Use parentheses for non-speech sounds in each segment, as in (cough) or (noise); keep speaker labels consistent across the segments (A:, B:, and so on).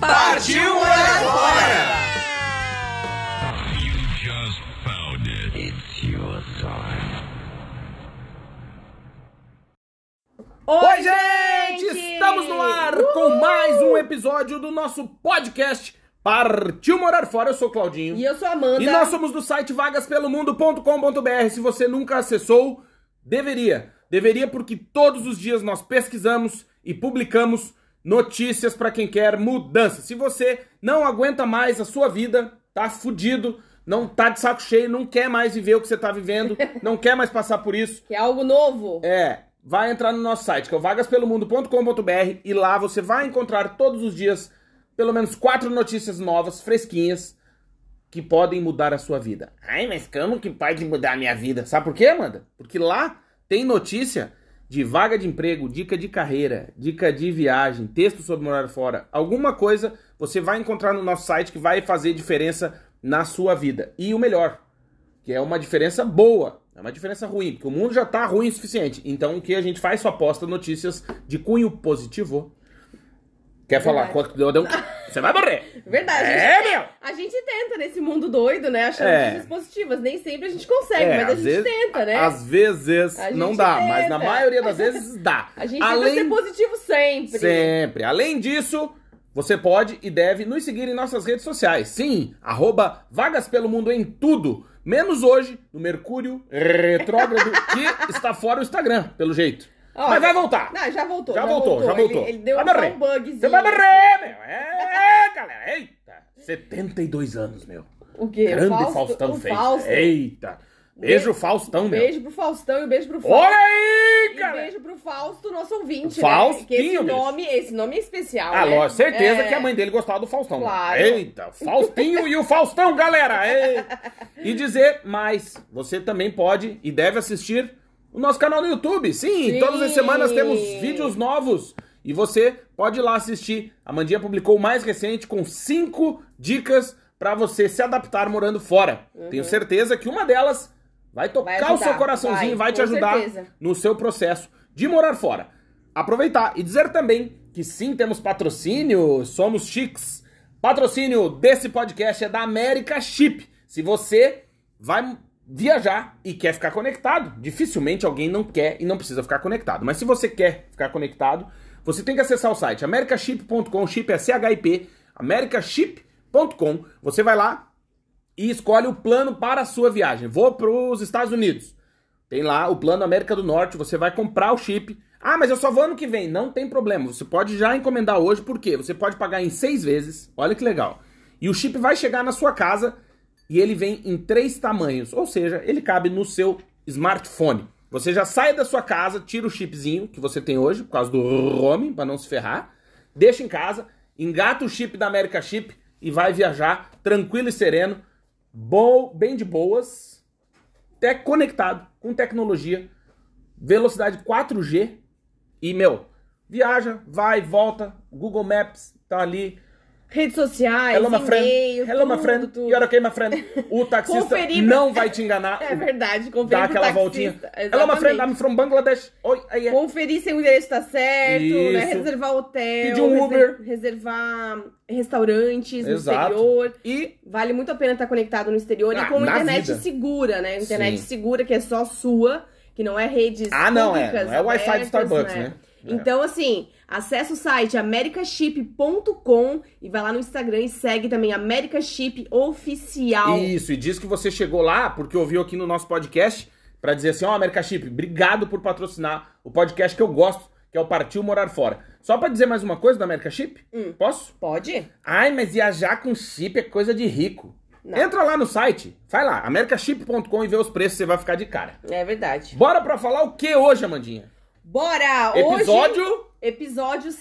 A: Partiu morar fora!
B: You just found it. It's your time.
A: Oi, gente! Estamos no ar com mais um episódio do nosso podcast Partiu Morar Fora. Eu sou o Claudinho.
C: E eu sou a Amanda.
A: E nós somos do site vagaspelomundo.com.br. Se você nunca acessou, deveria. Deveria porque todos os dias nós pesquisamos e publicamos notícias para quem quer mudança. Se você não aguenta mais a sua vida, tá fudido, não tá de saco cheio, não quer mais viver o que você tá
C: (laughs)
A: vivendo, não quer mais passar por isso,
C: Que é algo novo.
A: é, vai entrar no nosso site, que é o vagaspelomundo.com.br, e lá você vai encontrar todos os dias pelo menos quatro notícias novas, fresquinhas, que podem mudar a sua vida. Ai, mas como que pode mudar a minha vida? Sabe por quê, Amanda? Porque lá tem notícia de vaga de emprego, dica de carreira, dica de viagem, texto sobre morar fora, alguma coisa você vai encontrar no nosso site que vai fazer diferença na sua vida. E o melhor, que é uma diferença boa, é uma diferença ruim, porque o mundo já tá ruim o suficiente. Então o que a gente faz só posta notícias de cunho positivo. Quer falar?
C: Verdade.
A: Quanto que deu? Deu um-
C: (laughs)
A: Você vai morrer!
C: Verdade.
A: É,
C: a, gente,
A: meu!
C: a gente tenta nesse mundo doido, né? Achar
A: É.
C: notícias positivas. Nem sempre a gente consegue,
A: É,
C: mas a
A: às
C: gente
A: vezes-
C: tenta, né?
A: Às vezes
C: A gente
A: não dá, mas na
C: tenta.
A: maioria das vezes dá.
C: (laughs) A gente tenta ser
A: Além
C: positivo sempre.
A: sempre. Além disso, você pode e deve nos seguir em nossas redes sociais. Sim, arroba Vagas Pelo Mundo em tudo. Menos hoje, no Mercúrio
C: (laughs)
A: Retrógrado, que está fora o Instagram, pelo jeito.
C: Ó,
A: Mas vai voltar.
C: Não, já voltou.
A: Já voltou, já voltou.
C: Ele, ele deu
A: Vai
C: só
A: morrer.
C: um bugzinho.
A: Você vai morrer, meu. É, galera. Eita. 72 anos, meu.
C: O quê?
A: Grande
C: o Fausto,
A: Faustão
C: o
A: fez.
C: Fausto. Um
A: Eita. Beijo, Faustão, meu.
C: Beijo pro Faustão e beijo pro Fausto.
A: Olha aí,
C: E um
A: cara.
C: beijo pro Fausto, nosso ouvinte, né?
A: Faustinho,
C: Que esse
A: bicho.
C: nome, esse nome é especial,
A: Ah,
C: né?
A: lógico, certeza
C: É.
A: que a mãe dele gostava do Faustão. né?
C: Claro.
A: Eita, Faustinho e o Faustão, galera! Ei. E dizer mais, você também pode e deve assistir o nosso canal no YouTube. Sim,
C: Sim.
A: todas as semanas temos vídeos novos. E você pode ir lá assistir. A Mandinha publicou o mais recente com cinco dicas pra você se adaptar morando fora. Tenho
C: Uhum.
A: certeza que uma delas vai tocar
C: ajudar,
A: o seu coraçãozinho, vai,
C: vai,
A: te
C: com
A: ajudar
C: certeza.
A: no seu processo de morar fora. Aproveitar e dizer também que sim, temos patrocínio, somos chiques. Patrocínio desse podcast é da América Chip. Se você vai viajar e quer ficar conectado, dificilmente alguém não quer e não precisa ficar conectado. Mas se você quer ficar conectado, você tem que acessar o site americaship.com, chip é CHIP, americaship.com. Você vai lá e escolhe o plano para a sua viagem. Vou para os Estados Unidos. Tem lá o plano América do Norte, você vai comprar o chip. Ah, mas eu só vou ano que vem. Não tem problema. Você pode já encomendar hoje, porque você pode pagar em seis vezes. Olha que legal. E o chip vai chegar na sua casa e ele vem em três tamanhos. Ou seja, ele cabe no seu smartphone. Você já sai da sua casa, tira o chipzinho que você tem hoje, por causa do roaming, para não se ferrar. Deixa em casa, engata o chip da América Chip e vai viajar tranquilo e sereno. Bom, bem de boas até conectado com tecnologia, velocidade 4G e, meu, viaja, vai, volta, Google Maps tá ali.
C: Redes sociais,
A: Hello, my é friend.
C: e-mail,
A: Hello,
C: tudo,
A: my friend.
C: tudo.
A: You're okay, my friend. O
C: (laughs)
A: taxista
C: Conferir-
A: não vai te enganar.
C: É verdade,
A: Dá
C: conferir pro
A: aquela
C: taxista,
A: voltinha. Hello, my
C: Exatamente.
A: friend. I'm from Bangladesh. Oi, aí é.
C: Conferir se o endereço tá certo, né?
A: Isso.
C: Reservar hotel.
A: Pedir um
C: reser-
A: Uber.
C: Reservar restaurantes
A: Exato.
C: no exterior.
A: E
C: Vale muito a pena estar conectado no exterior
A: Ah,
C: e com
A: na
C: internet
A: vida.
C: segura, né? Internet
A: Sim.
C: segura, que é só sua, que não é redes
A: Ah, não, é.
C: públicas,
A: Não é Wi-Fi do
C: abertas,
A: Starbucks, né? É.
C: Então, assim, acessa o site americaship.com e vai lá no Instagram e segue também Americaship Oficial.
A: Isso, e diz que você chegou lá porque ouviu aqui no nosso podcast pra dizer assim, ó, América Chip, obrigado por patrocinar o podcast que eu gosto, que é o Partiu Morar Fora. Só pra dizer mais uma coisa da América Chip?
C: Hum.
A: Posso?
C: Pode?
A: Ai, mas viajar com chip é coisa de rico.
C: Não.
A: Entra lá no site, vai lá, americachip.com e vê os preços, você vai ficar de cara.
C: É verdade.
A: Bora pra falar o que hoje, Amandinha?
C: Bora! Hoje...
A: Episódio
C: Episódio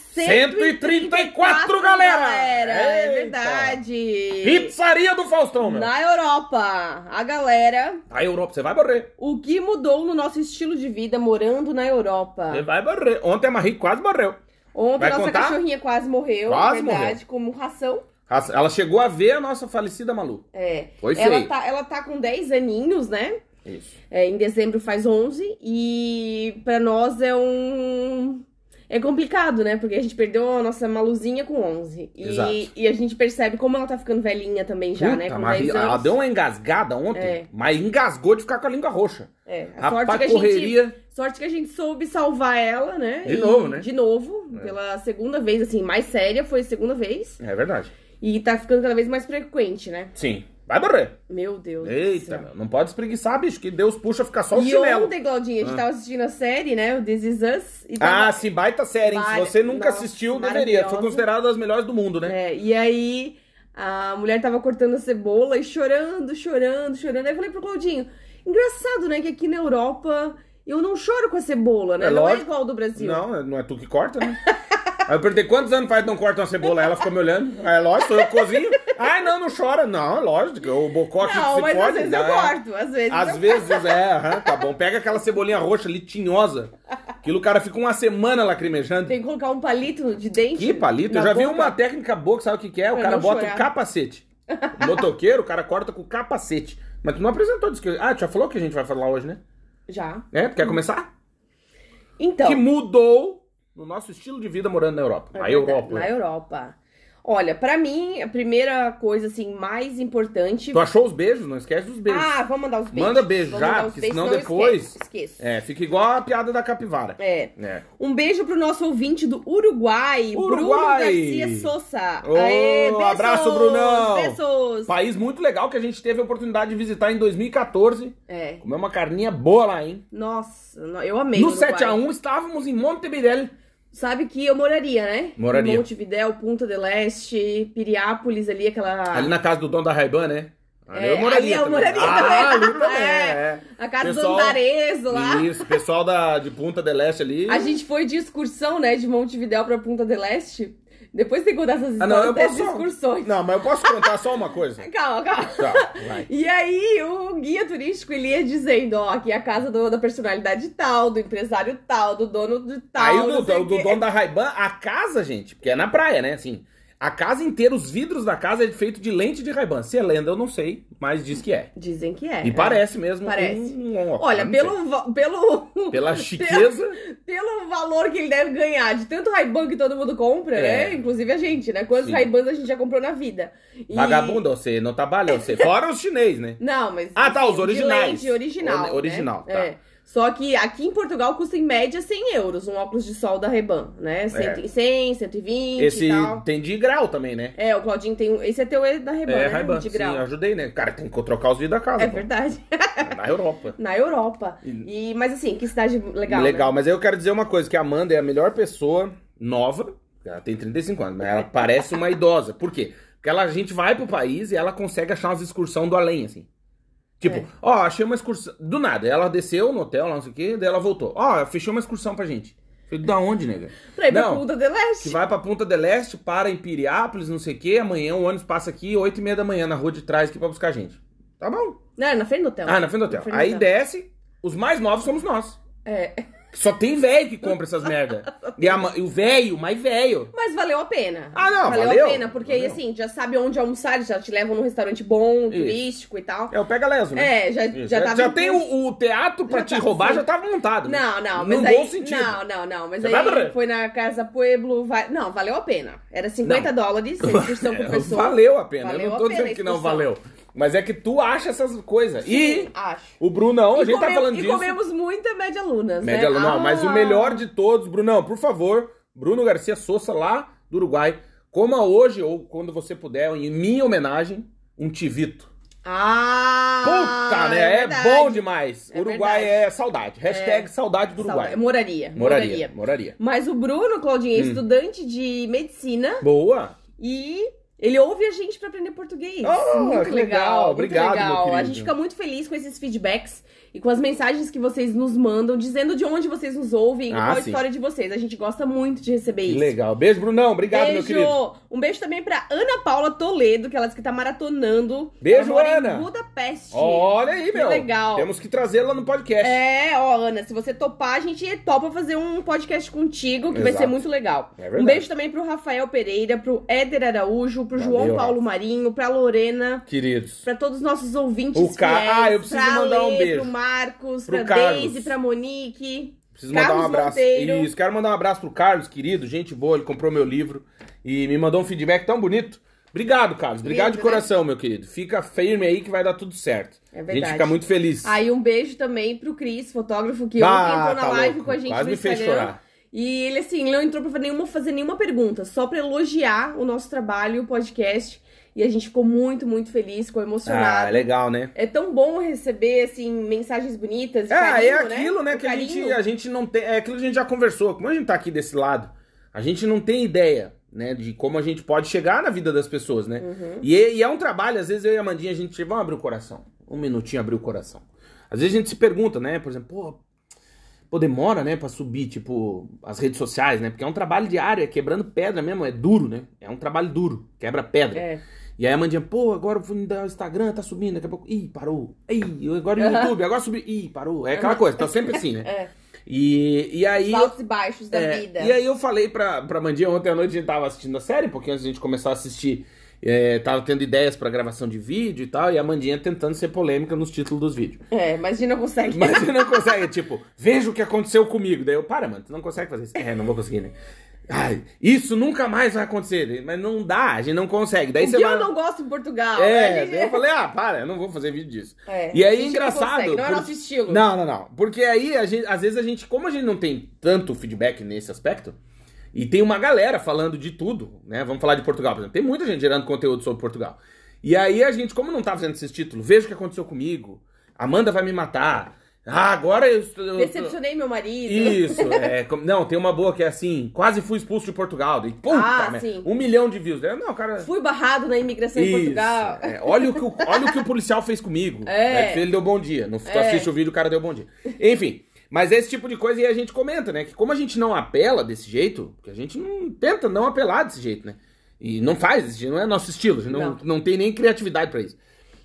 A: 134, galera!
C: É
A: Eita!
C: verdade!
A: Pizzaria do Faustão, meu.
C: Na Europa, a galera,
A: A Europa, você vai morrer.
C: o que mudou no nosso estilo de vida morando na Europa?
A: Você vai morrer. Ontem a Marie quase morreu.
C: Ontem
A: Vai
C: nossa
A: contar?
C: cachorrinha quase morreu,
A: Quase
C: na verdade, como ração.
A: Ela- Ela chegou a ver a nossa falecida Malu.
C: É.
A: Foi
C: Ela
A: feio.
C: tá, ela tá com 10 aninhos, né?
A: Isso.
C: É, em dezembro faz 11 e pra nós é um é complicado, né? Porque a gente perdeu a nossa maluzinha com 11. E,
A: Exato.
C: e a gente percebe como ela tá ficando velhinha também já, né?
A: Puta,
C: Com
A: Maria,
C: 10 anos.
A: ela deu um uma engasgada ontem,
C: É.
A: mas engasgou de ficar com a língua roxa.
C: É, a
A: Rapaz,
C: sorte que a gente
A: correria.
C: sorte que a gente soube salvar ela, né?
A: De
C: E-
A: novo, né?
C: De novo,
A: É.
C: pela segunda vez assim, mais séria, foi a segunda vez
A: É verdade.
C: e tá ficando cada vez mais frequente, né?
A: Sim. Vai morrer.
C: Meu Deus. do
A: Eita,
C: céu.
A: meu, não pode espreguiçar, bicho, que Deus puxa ficar só o
C: e
A: chinelo.
C: ontem, Claudinha, a gente
A: Ah.
C: tava assistindo a série, né? O This Is Us. E tava-
A: Ah, sim, baita série, hein? Se
C: Vale-
A: você nunca
C: Nossa,
A: assistiu, deveria. Foi
C: maravilhosa.
A: considerada das melhores do mundo, né?
C: É, e aí a mulher tava cortando a cebola e chorando, chorando, chorando. Aí eu falei pro Claudinho, engraçado, né, que aqui na Europa eu não choro com a cebola, né?
A: É
C: não
A: lógico.
C: é igual ao do Brasil.
A: Não, não é tu que corta, né? Aí eu perguntei quantos anos faz que não corta uma cebola. Aí Ela ficou me olhando. É lógico, sou eu que cozinho. Ai, não, não chora. Não, é lógico. O bocó aqui
C: Não,
A: se
C: mas
A: pode.
C: às vezes eu
A: né?
C: corto, às vezes.
A: Às
C: eu-
A: vezes, é, aham, tá bom. Pega aquela cebolinha roxa ali, tinhosa. Aquilo o cara fica uma semana lacrimejando.
C: Tem que colocar um palito de dente.
A: Que palito,
C: na
A: eu já vi
C: boca.
A: uma técnica boa, que sabe o que, que é? O
C: Pra
A: cara
C: não
A: bota
C: chorar.
A: o capacete. O motoqueiro, o cara corta com o capacete. Mas tu não apresentou disso. que- Ah, tu já falou que a gente vai falar hoje, né?
C: Já.
A: É, tu quer começar?
C: Então.
A: Que mudou no nosso estilo de vida morando na Europa.
C: é
A: na
C: verdade,
A: Europa.
C: Na Europa. Olha, pra mim, a primeira coisa, assim, mais importante...
A: Tu achou os beijos? Não esquece dos beijos.
C: Ah, vamos mandar os beijos.
A: um Manda beijo
C: Vamos
A: já,
C: mandar os
A: porque
C: beijos,
A: senão
C: senão eu
A: depois-
C: Esqueço. esqueço.
A: É, fica igual a piada da capivara.
C: é.
A: É.
C: Um beijo pro nosso ouvinte do Uruguai,
A: Uruguai!
C: Bruno Garcia Sousa.
A: Ô, abraço, Brunão!
C: Beijos!
A: País muito legal que a gente teve a oportunidade de visitar em 2014.
C: É.
A: Comeu uma carninha boa lá, hein?
C: Nossa, no- eu amei.
A: No
C: o Uruguai.
A: 7x1 estávamos em Montevideo.
C: Sabe que eu moraria, né?
A: Moraria.
C: Em Montevidéu, Punta del Este, Piriápolis, ali aquela.
A: Ali na casa do dono da Raiban, né? Ali
C: Ah. É,
A: eu moraria.
C: ali eu
A: também.
C: moraria
A: Ah,
C: também.
A: ali também.
C: (laughs) É.
A: É.
C: A casa
A: Pessoal-
C: do Andarezo lá.
A: Isso, pessoal da, de Punta del Este ali.
C: A gente foi de excursão, né? De Montevidéu pra Punta del Este. Depois tem que contar
A: Ah,
C: essas histórias
A: não, eu
C: dessas
A: posso.
C: excursões.
A: Não, mas eu posso contar só uma coisa.
C: (laughs) Calma, calma.
A: Tá, vai.
C: E aí, o guia turístico ele ia dizendo: ó, aqui é a casa do- da personalidade tal, do empresário tal, do dono de tal.
A: Aí
C: Tá, não
A: o do,
C: sei
A: o do
C: quê.
A: dono da Raiban, a casa, gente, porque é na praia, né? Assim, a casa inteira, os vidros da casa é feito de lente de Raiban. Se é lenda, eu não sei, mas diz que é.
C: Dizem que é.
A: E
C: né?
A: parece mesmo.
C: Parece.
A: um- um óculos,
C: Olha,
A: não sei.
C: pelo, va- pelo, (laughs)
A: Pela chiqueza.
C: pelo valor que ele deve ganhar de tanto Ray-Ban que todo mundo compra,
A: É.
C: né? Inclusive a gente, né? Quantos
A: Sim.
C: Ray-Bans a gente já comprou na vida? E-
A: Vagabundo, você não trabalha,
C: (laughs)
A: você. Fora os chinês, né?
C: Não, mas.
A: Ah, tá, os
C: de
A: originais.
C: lente original.
A: Ori-
C: né?
A: original, tá.
C: É. Só que aqui em Portugal custa em média 100 euros um óculos de sol da Reban, né? 100, 100 120
A: É. Esse
C: e tal.
A: tem de grau também, né?
C: É, o Claudinho tem um. Esse é teu é da Reban,
A: É,
C: né?
A: Raiban.
C: de
A: Sim,
C: grau.
A: ajudei, né? Cara, tem que tá trocar os vidros da casa.
C: é
A: pô.
C: verdade. (laughs)
A: Na Europa.
C: Na Europa. E, mas assim, que cidade legal. né?
A: Legal, mas aí eu quero dizer uma coisa: que a Amanda é a melhor pessoa nova. Ela tem 35 anos, mas ela parece uma idosa. Por quê? Porque ela, a gente vai pro país e ela consegue achar umas excursão do além, assim. Tipo,
C: É.
A: ó, achei uma excursão. Do nada, ela desceu no hotel, lá não sei o quê, daí ela voltou. Ó, fechou uma excursão pra gente. Falei, da onde, nega?
C: Né? Pra ir pra
A: Não.
C: Punta del
A: Que
C: Leste.
A: vai pra Punta del Este, para em Piriápolis, não sei o quê. Amanhã o ônibus passa aqui, 8 e meia da manhã, na rua de trás aqui pra buscar a gente. Tá bom.
C: Não, era na frente do hotel.
A: Ah, na frente do hotel.
C: Então, Na frente
A: Aí
C: do hotel.
A: desce, os mais novos somos nós.
C: É.
A: Que Só tem velho que compra essas
C: (laughs)
A: merda. E, a ma- e o velho, mais velho.
C: Mas valeu a pena.
A: Ah, não,
C: valeu.
A: valeu.
C: a pena, porque aí
A: Valeu.
C: assim, já sabe onde almoçar, já te levam num restaurante bom, turístico e tal.
A: É o pega leso, né?
C: É, já,
A: Isso.
C: já tava. em
A: tem um
C: curso.
A: o, o teatro pra
C: Já
A: te
C: tá-
A: roubar,
C: sim.
A: já tava montado. né?
C: Não, não, mas
A: Num
C: aí.
A: bom sentido.
C: Não, não, não. Mas
A: Você vai
C: aí
A: morrer.
C: foi na Casa Pueblo. vai- Não, valeu a pena. Era 50 dólares, a
A: (laughs)
C: excursão por
A: É,
C: pessoa.
A: valeu a pena.
C: Valeu
A: eu não
C: a
A: tô
C: pena
A: dizendo que não
C: excursão.
A: valeu. Mas é que tu acha essas coisas.
C: Sim,
A: E
C: acho.
A: o Brunão, a
C: e
A: gente tá
C: comemos-
A: falando
C: e
A: disso.
C: comemos muita média lunas, né?
A: Média Luna,
C: Ah.
A: não, mas o melhor de todos, Brunão, por favor, Bruno Garcia Souza lá do Uruguai, coma hoje ou quando você puder, em minha homenagem, um tivito.
C: Ah!
A: Puta, né? É,
C: verdade.
A: bom demais.
C: É
A: Uruguai
C: verdade.
A: é saudade. Hashtag saudade do Uruguai.
C: Saudade. Moraria,
A: Moraria, Hum.
C: moraria.
A: moraria.
C: Mas o Bruno, Claudinha, é estudante de medicina
A: Boa.
C: e ele ouve a gente pra aprender português.
A: Oh,
C: muito
A: que
C: legal,
A: legal.
C: muito
A: Obrigado, meu
C: legal. a
A: querido.
C: gente fica muito feliz com esses feedbacks e com as mensagens que vocês nos mandam, dizendo de onde vocês nos ouvem
A: Ah,
C: e qual a
A: sim.
C: história de vocês. A gente gosta muito de receber isso.
A: Legal. Beijo, Brunão. Obrigado, meu
C: Beijo!
A: querido.
C: um beijo também pra Ana Paula Toledo, que ela disse que tá maratonando.
A: Beijo,
C: Ela mora
A: Ana.
C: Em Budapeste.
A: Olha aí,
C: Que
A: meu.
C: legal.
A: Temos que trazer lá no podcast.
C: É, ó, Ana, se você topar, a gente topa fazer um podcast contigo, que vai
A: Exato.
C: ser muito legal.
A: É verdade.
C: um beijo também pro Rafael Pereira, pro Éder Araújo, pro
A: Valeu,
C: João Paulo
A: Rafa.
C: Marinho, pra Lorena,
A: Queridos.
C: pra todos os nossos ouvintes.
A: O Ca-
C: fiéis,
A: Ah, eu preciso
C: pra
A: mandar um
C: Lê,
A: beijo.
C: Pro Marcos,
A: Pro
C: pra
A: Carlos.
C: Deise, pra Monique.
A: Preciso mandar
C: Carlos
A: um abraço.
C: Monteiro.
A: Isso, quero mandar um abraço pro Carlos, querido, gente boa, ele comprou meu livro e me mandou um feedback tão bonito. Obrigado, Carlos. Obrigado
C: Lindo,
A: de coração, meu querido. Fica firme aí que vai dar tudo certo.
C: né? É
A: A gente
C: verdade.
A: fica muito feliz.
C: Aí um beijo também pro Cris, fotógrafo, que
A: Bah,
C: ontem entrou na
A: tá
C: live
A: louco.
C: com a gente
A: Quase
C: no
A: me fez
C: Instagram.
A: chorar. Ah,
C: E ele, assim, não entrou pra fazer nenhuma, fazer nenhuma pergunta, só pra elogiar o nosso trabalho, o podcast. E a gente ficou muito, muito feliz, ficou
A: ah,
C: emocionado.
A: legal, né?
C: É tão bom receber, assim, mensagens bonitas.
A: É,
C: carinho,
A: é aquilo, né,
C: O
A: que a gente,
C: carinho.
A: a gente não tem. É aquilo que a gente já conversou. Como a gente tá aqui desse lado, a gente não tem ideia, né, de como a gente pode chegar na vida das pessoas, né? E, é- e é um trabalho, às vezes eu e a Mandinha, a gente. Vamos abrir o coração. Um minutinho abrir o coração. Às vezes a gente se pergunta, né? Por exemplo, pô, pô, demora, né, pra subir, tipo, as redes sociais, né? Porque é um trabalho diário, é quebrando pedra mesmo, é duro, né? É um trabalho duro, quebra pedra.
C: É.
A: E aí a Mandinha, pô, agora eu vou me dar o Instagram, tá subindo, daqui a pouco. Ih, parou. Ih, agora o YouTube, agora subiu. Ih, parou. É aquela coisa, tá sempre assim, né?
C: (laughs) É.
A: E, e aí.
C: Os altos e baixos da
A: é,
C: vida.
A: E aí eu falei pra, pra Mandinha ontem à noite, a gente tava assistindo a série, porque antes da gente começar a assistir, é, tava tendo ideias pra gravação de vídeo e tal, e a Mandinha tentando ser polêmica nos títulos dos
C: (laughs)
A: vídeos.
C: É, mas a gente não consegue.
A: Mas você não consegue, tipo, veja o que aconteceu comigo. Daí eu, para, mano, tu não consegue fazer isso. É, não vou conseguir, né? Ai, isso nunca mais vai acontecer. Mas não dá, a gente não consegue. Daí
C: o
A: você
C: que
A: vai...
C: eu (laughs) não gosto em Portugal. né,
A: É,
C: gente?
A: daí eu falei, ah, para, eu não vou fazer vídeo disso.
C: É,
A: e
C: a
A: aí,
C: gente
A: engraçado.
C: Não, consegue, não é
A: por-
C: nosso estilo.
A: Não, não, não. Porque aí, a gente- às vezes a gente, como a gente não tem tanto feedback nesse aspecto, e tem uma galera falando de tudo, né? Vamos falar de Portugal, por exemplo. Tem muita gente gerando conteúdo sobre Portugal. E aí a gente, como não tá fazendo esses títulos, veja o que aconteceu comigo, Amanda vai me matar. Ah, agora eu. estou- eu-
C: Decepcionei meu marido.
A: isso, é. com- Não, tem uma boa que é assim, quase fui expulso de Portugal. Daí, puta,
C: Ah,
A: merda,
C: sim.
A: um milhão de views. Daí, Não, cara.
C: Fui barrado na imigração em
A: Isso,
C: Portugal.
A: é. olha, o que o, olha o que o policial fez comigo.
C: É.
A: Né? Ele deu bom dia. No, tu
C: É.
A: assiste o vídeo, o cara deu bom dia. Enfim, mas esse tipo de coisa e a gente comenta, né? Que como a gente não apela desse jeito, porque a gente não tenta não apelar desse jeito, né? E não faz desse jeito, não é nosso estilo, a gente não,
C: Não.
A: não tem nem criatividade pra isso.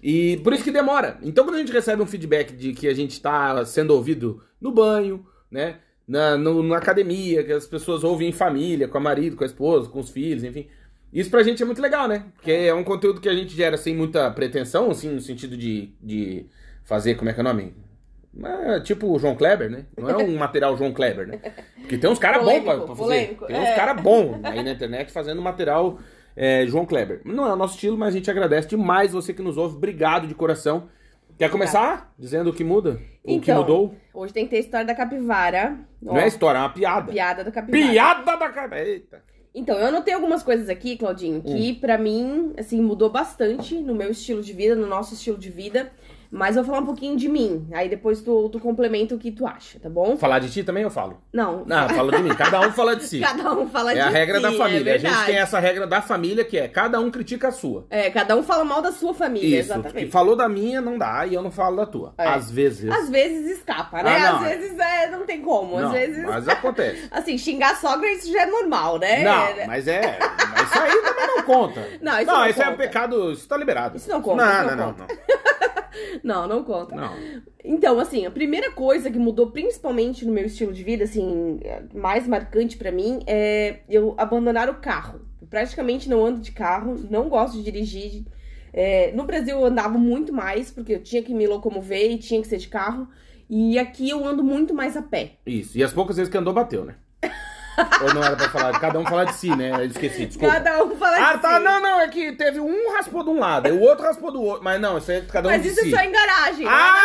A: E por isso que demora. Então quando a gente recebe um feedback de que a gente tá sendo ouvido no banho, né? Na, no- na academia, que as pessoas ouvem em família, com a marido, com a esposa, com os filhos, enfim. Isso pra gente é muito legal, né? Porque é um conteúdo que a gente gera sem muita pretensão, assim, no sentido de, de fazer, como é que é o nome? É, tipo o João Kleber, né? Não é um material João Kleber, né? Porque tem uns caras bons pra, pra
C: Polêmico,
A: fazer.
C: polêmico,
A: Tem uns
C: é.
A: caras bons aí na internet fazendo material é, João Kleber. Não é o nosso estilo, mas a gente agradece demais você que nos ouve. Obrigado de coração. Quer começar dizendo o que muda? O que
C: Então,
A: mudou?
C: Hoje tem que ter a história da capivara.
A: Não
C: Ó,
A: é história, é uma piada.
C: piada da capivara.
A: Piada da cara. Eita.
C: Então, eu anotei algumas coisas aqui, Claudinho, que
A: Hum.
C: pra mim, assim, mudou bastante no meu estilo de vida, no nosso estilo de vida. Mas eu vou falar um pouquinho de mim. Aí depois tu, tu complementa o que tu acha, tá bom?
A: Falar de ti também eu falo.
C: Não.
A: Não, fala de mim. Cada um fala de si.
C: (laughs) Cada um fala
A: é
C: de
A: a regra
C: si,
A: da família.
C: É
A: a gente
C: verdade.
A: tem essa regra da família que é cada um critica a sua.
C: É, cada um fala mal da sua família,
A: Isso.
C: exatamente.
A: Que falou da minha, não dá, e eu não falo da tua.
C: É.
A: Às vezes.
C: Às vezes escapa, né?
A: Ah, não.
C: Às vezes é, não tem como.
A: não,
C: Às vezes.
A: Mas acontece.
C: Assim, xingar a sogra, isso já (laughs) é normal, né?
A: Não, mas é. Mas isso aí também não conta.
C: (laughs) Não, isso
A: não,
C: não
A: isso é
C: conta.
A: um pecado. Isso tá liberado.
C: Isso não conta,
A: Não,
C: isso não
A: não,
C: Não, não conta.
A: não, não.
C: Então, assim, a primeira coisa que mudou principalmente no meu estilo de vida, assim, mais marcante pra mim é eu abandonar o carro. Eu praticamente não ando de carro, não gosto de dirigir. É, no Brasil eu andava muito mais, porque eu tinha que me locomover e tinha que ser de carro. E aqui eu ando muito mais a pé.
A: Isso. E as poucas vezes que andou, bateu,
C: (laughs)
A: né? Ou não era pra falar. Cada um falar de si, né? Eu esqueci, desculpa.
C: Cada um fala
A: Ah,
C: assim.
A: tá. Não, não. É que teve um raspou de um lado, e o outro raspou do outro. Mas não, isso aí é cada um
C: Mas
A: de
C: isso
A: si.
C: é só em garagem. lá na rua.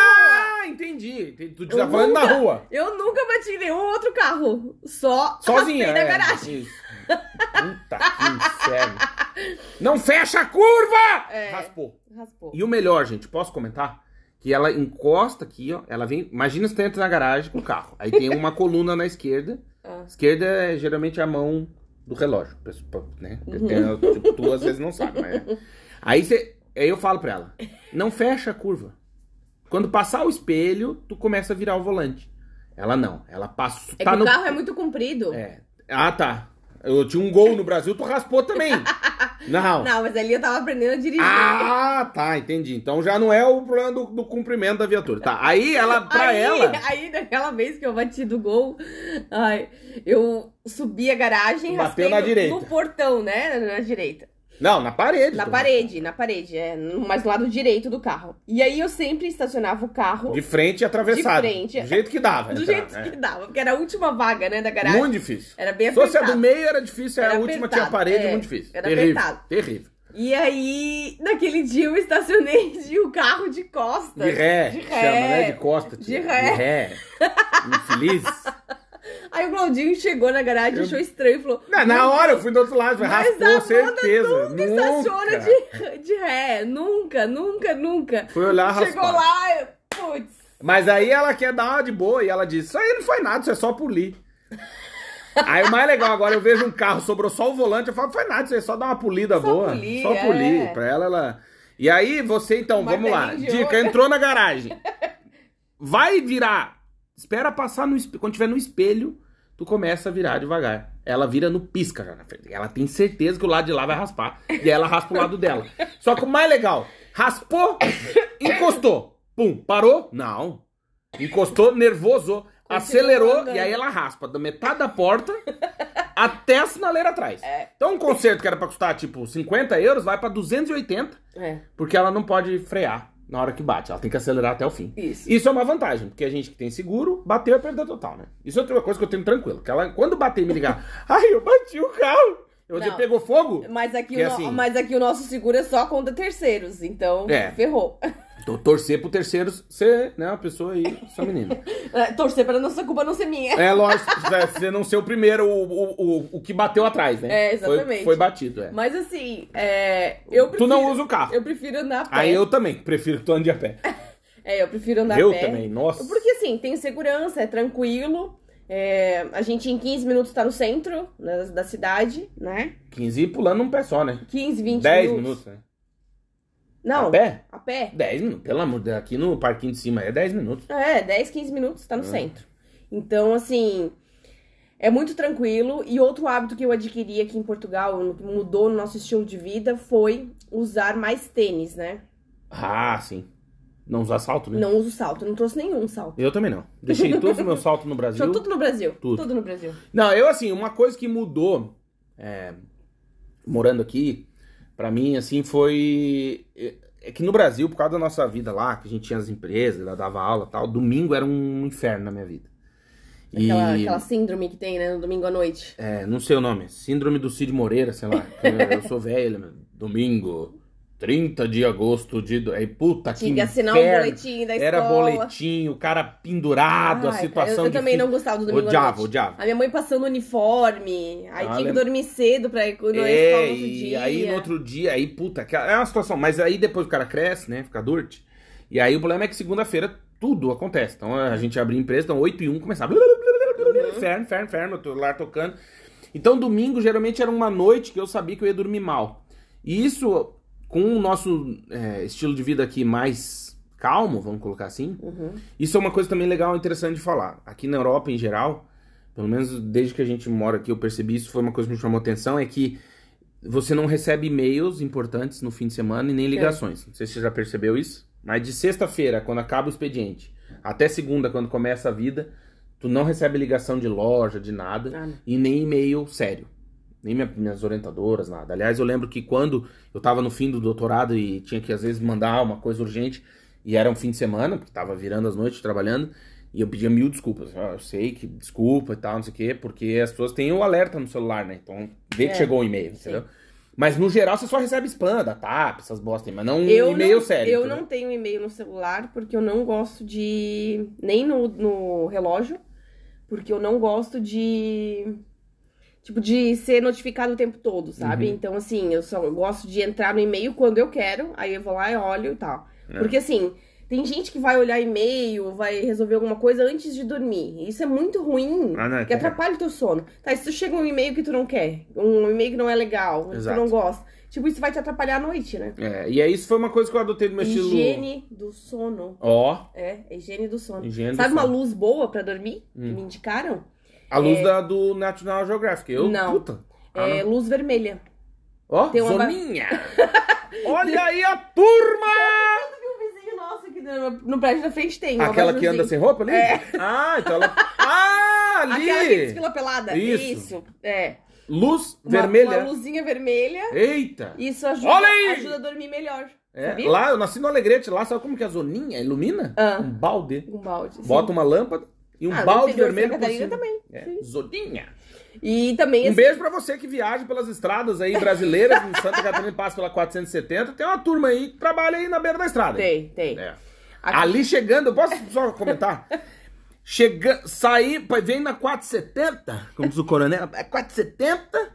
A: Ah, entendi. entendi. Tu tá
C: Eu
A: falando na
C: nunca-
A: rua.
C: Eu nunca bati em nenhum outro carro. Só
A: Sozinha.
C: raspei na
A: é.
C: garagem.
A: Isso. Puta que inferno. Não fecha a curva!
C: É.
A: Raspou.
C: Raspou.
A: E o melhor, gente, posso comentar? Que ela encosta aqui, ó. Ela vem. Imagina se tu entra na garagem com o carro. Aí tem uma coluna na esquerda.
C: Ah.
A: Esquerda é geralmente a mão do relógio. pessoal, Né?
C: Uhum.
A: Tem- tipo, tu é. às vezes não sabe, mas. Aí você. Aí eu falo pra ela: não fecha a curva. Quando Quando passar o espelho, tu começa a virar o volante. Ela não, ela passa.
C: É
A: tá
C: que
A: no...
C: o carro é muito comprido.
A: É. Ah, tá. Eu tinha um gol no Brasil, tu raspou
C: (laughs)
A: também. Não.
C: Não, mas ali eu tava aprendendo a dirigir.
A: Ah, tá, entendi. Então já não é o problema do, do cumprimento da viatura. Tá. Aí ela, pra
C: aí,
A: ela.
C: Aí, naquela vez que eu bati do gol, ai, eu subi a garagem,
A: Bateu
C: raspei
A: na
C: no,
A: direita.
C: no portão, né? Na direita.
A: Não, na parede.
C: Na
A: tu
C: parede, na parede, é, no- mas do lado direito do carro. E aí eu sempre estacionava o carro
A: De frente e atravessado.
C: De frente.
A: Do jeito que dava.
C: do
A: entrar,
C: jeito
A: é.
C: que dava, porque era a última vaga, né, da garagem.
A: Muito difícil.
C: Era bem
A: Se fosse a do
C: apertado.
A: meio era difícil, era a
C: Era
A: última
C: apertado,
A: tinha parede,
C: é.
A: muito difícil.
C: Era
A: terrível,
C: apertado.
A: terrível.
C: E aí, naquele dia eu estacionei (laughs) de um carro de costas.
A: De ré,
C: De
A: chama,
C: ré.
A: né? De costa.
C: De
A: tia.
C: ré.
A: De
C: (laughs)
A: ré. Infeliz.
C: Aí o Claudinho chegou na garagem,
A: Eu-
C: achou estranho e falou:
A: Na, na hora eu fui do outro lado,
C: Mas
A: raspou,
C: a moda
A: certeza.
C: Nunca né, estaciona de, de ré. Nunca, nunca, nunca.
A: Foi olhar,
C: Chegou
A: raspar.
C: lá, eu- putz.
A: Mas aí ela quer dar uma de boa e ela diz: Isso aí não foi nada, isso é só polir. Aí o mais legal agora, eu vejo um carro, sobrou só o volante, eu falo, foi nada, isso aí só dá uma polida
C: Só
A: boa.
C: polir,
A: só polir.
C: é.
A: Pra ela, ela. E aí, você então, vamos lá.
C: Martelinho de
A: Dica,
C: ouro.
A: entrou na
C: (laughs)
A: garagem. Vai virar. Espera passar no espelho. Quando tiver no espelho, tu começa a virar devagar. Ela vira no pisca já na frente. Ela tem certeza que o lado de lá vai raspar. E aí ela raspa o lado dela. Só que o mais legal, raspou, encostou. Pum, parou? Não. Encostou, nervoso, acelerou
C: andando.
A: e aí ela raspa da metade da porta até a sinaleira atrás. Então um concerto que era pra custar tipo 50 euros vai pra 280
C: É,
A: porque ela não pode frear na hora que bate. Ela tem que acelerar até o fim.
C: isso.
A: Isso é uma vantagem, porque a gente que tem seguro, bateu é perda total, né? Isso é outra coisa que eu tenho tranquilo. Que ela, quando bater e me
C: (laughs)
A: ligar, ai, eu bati o carro. Eu vou dizer,
C: Não.
A: pegou fogo?
C: Mas aqui,
A: Que
C: o no-
A: assim-
C: mas aqui o nosso seguro é só contra terceiros, então
A: É.
C: ferrou.
A: Então torcer pro terceiro ser, né, uma pessoa aí, essa menina.
C: É, Torcer pra nossa culpa não ser minha.
A: É, lógico, se você não ser o primeiro, o, o, o, o que bateu atrás, né?
C: É,
A: Foi-
C: exatamente.
A: Foi, batido, é.
C: Mas assim, é, eu prefiro.
A: Tu não usa o carro.
C: Eu prefiro andar a pé.
A: Aí eu também, prefiro que tu ande a pé.
C: É, eu prefiro andar
A: eu
C: a pé.
A: também, nossa.
C: Porque assim, tem segurança, é tranquilo. é, a gente em 15 minutos tá no centro né, da cidade, né?
A: 15 e pulando um pé só, né?
C: 15, 20
A: 10
C: minutos.
A: minutos, né?
C: Não,
A: A pé?
C: A pé?
A: 10 minutos, pelo amor de Deus, aqui no parquinho de cima é 10 minutos.
C: É, 10, 15 minutos, tá no
A: Ah.
C: centro. Então, assim, é muito tranquilo. E outro hábito que eu adquiri aqui em Portugal, que mudou no nosso estilo de vida, foi usar mais tênis, né?
A: Ah, sim. Não usa salto, né?
C: Não uso salto, não trouxe nenhum salto.
A: Eu também não.
C: (laughs)
A: Deixei todos os meus saltos no Brasil.
C: Deixou tudo no Brasil.
A: Tudo.
C: Tudo, no Brasil.
A: Não, eu assim, uma coisa que mudou é, morando aqui, pra mim, assim, foi. é- É que no Brasil, por causa da nossa vida lá, que a gente tinha as empresas, ela dava aula e tal, domingo era um inferno na minha vida. E
C: Aquela, aquela síndrome que tem, né, no domingo à noite.
A: é, não sei o nome, Síndrome do Cid Moreira, sei lá. que Eu, eu sou velho, né? domingo, 30 de agosto de. do- Aí, puta que.
C: Tinha que assinar um
A: inferno.
C: boletim da
A: Era
C: escola.
A: boletim, o cara pendurado, a
C: Ai,
A: situação
C: Eu, eu também
A: difícil.
C: não gostava do domingo à
A: Odiava,
C: noite.
A: odiava.
C: A minha mãe passando uniforme, aí
A: Ah,
C: tinha que
A: lembra-
C: dormir cedo pra ir quando eu ia escola
A: É,
C: no outro
A: e
C: dia.
A: aí no outro dia, aí, puta, que- é uma situação. Mas aí depois o cara cresce, né? Fica durte. E aí o problema é que segunda-feira tudo acontece. Então a gente abria empresa, então 8 e 1 começava.
C: Uhum.
A: Inferno, inferno, inferno, eu tô lá tocando. Então domingo geralmente era uma noite que eu sabia que eu ia dormir mal. E isso, com o nosso é, estilo de vida aqui mais calmo, vamos colocar assim,
C: Uhum.
A: isso é uma coisa também legal e interessante de falar. Aqui na Europa, em geral, pelo menos desde que a gente mora aqui, eu percebi isso, foi uma coisa que me chamou atenção, é que você não recebe e-mails importantes no fim de semana e nem ligações. Não sei se você já percebeu isso, mas de sexta-feira, quando acaba o expediente, até segunda, quando começa a vida, tu não recebe ligação de loja, de nada
C: Ah, não.
A: e nem e-mail sério. Nem minha- minhas orientadoras, nada. Aliás, eu lembro que quando eu tava no fim do doutorado e tinha que, às vezes, mandar uma coisa urgente, e era um fim de semana, porque tava virando as noites trabalhando, e eu pedia mil desculpas. Ah, eu sei que desculpa e tal, não sei o quê, porque as pessoas têm o alerta no celular, né? Então, vê que
C: É.
A: chegou o e-mail,
C: Sim.
A: entendeu? Mas, no geral, você só recebe spam da TAP, essas bostas, aí, mas não
C: Eu
A: um e-mail
C: não,
A: sério.
C: Eu
A: entendeu?
C: não tenho e-mail no celular porque eu não gosto de. Nem no, no relógio, porque eu não gosto de. Tipo, de ser notificado o tempo todo, sabe?
A: Uhum.
C: Então, assim, eu só gosto de entrar no e-mail quando eu quero, aí eu vou lá e olho e tal.
A: É.
C: Porque, assim, Tem gente que vai olhar e-mail, vai resolver alguma coisa antes de dormir. Isso é muito ruim,
A: Ah, não, é
C: que atrapalha o teu sono. Tá, e se tu chega um e-mail que tu não quer, um e-mail que não é legal,
A: Exato.
C: que tu não gosta, tipo, isso vai te atrapalhar à noite, né?
A: É, e é isso foi uma coisa que eu adotei do meu estilo.
C: Higiene do sono.
A: Ó,
C: É, é higiene do sono.
A: higiene do
C: Sabe uma
A: sono.
C: luz boa pra dormir? Que
A: Hum.
C: me indicaram?
A: A luz da, do National Geographic. Eu,
C: Não.
A: puta. Ah,
C: é
A: não.
C: luz vermelha.
A: Ó,
C: tem uma- (laughs)
A: zoninha. Olha aí a turma!
C: O Um vizinho nosso aqui no, no prédio da frente tem. uma
A: Aquela que
C: vozinha.
A: anda sem roupa ali?
C: É.
A: Ah, então
C: (laughs)
A: ela... Ah,
C: Aquela que
A: ali!
C: desfila pelada.
A: Isso.
C: É.
A: Luz
C: Uma-
A: vermelha.
C: Uma, luzinha vermelha.
A: Eita!
C: Isso ajuda,
A: Olha aí!
C: ajuda a dormir melhor.
A: É,
C: sabia?
A: lá, eu nasci no Alegrete, lá, sabe como que é a zoninha ilumina?
C: Ah.
A: Um balde.
C: Um balde. sim.
A: Bota uma lâmpada e um
C: Ah, no
A: balde
C: interior de
A: vermelho
C: Santa
A: por
C: Catarina
A: cima.
C: também.
A: É, zoninha.
C: E também
A: Um
C: assim,
A: beijo pra você que viaja pelas estradas aí brasileiras,
C: (laughs)
A: em Santa Catarina passa pela 470. Tem uma turma aí que trabalha aí na beira da estrada.
C: Tem, tem.
A: É.
C: Aqui-
A: Ali chegando, eu posso só
C: (laughs)
A: comentar? Chega, saí, pô, vem na 470, como diz o coronel, é 470,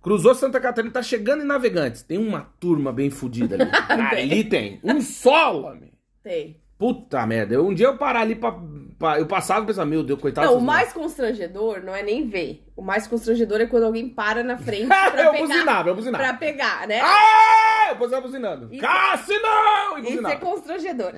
A: cruzou Santa Catarina, tá chegando em Navegantes. Tem uma turma bem fodida
C: (laughs)
A: ali. ali tem. Um sol, homem.
C: Tem.
A: Puta merda. Eu, um dia eu parar ali pra, pra- Eu passava e pensava, meu Deus, coitado.
C: Não, o
A: dessas
C: mais constrangedor não é nem ver. O mais constrangedor é quando alguém para na frente
A: mulheres.
C: pra
A: (laughs) eu
C: pegar.
A: buzinava, eu buzinava.
C: Pra pegar, né?
A: Ah! Eu buzinava buzinando.
C: Isso-
A: Cássio, não! E
C: Isso
A: buzinava.
C: é constrangedor.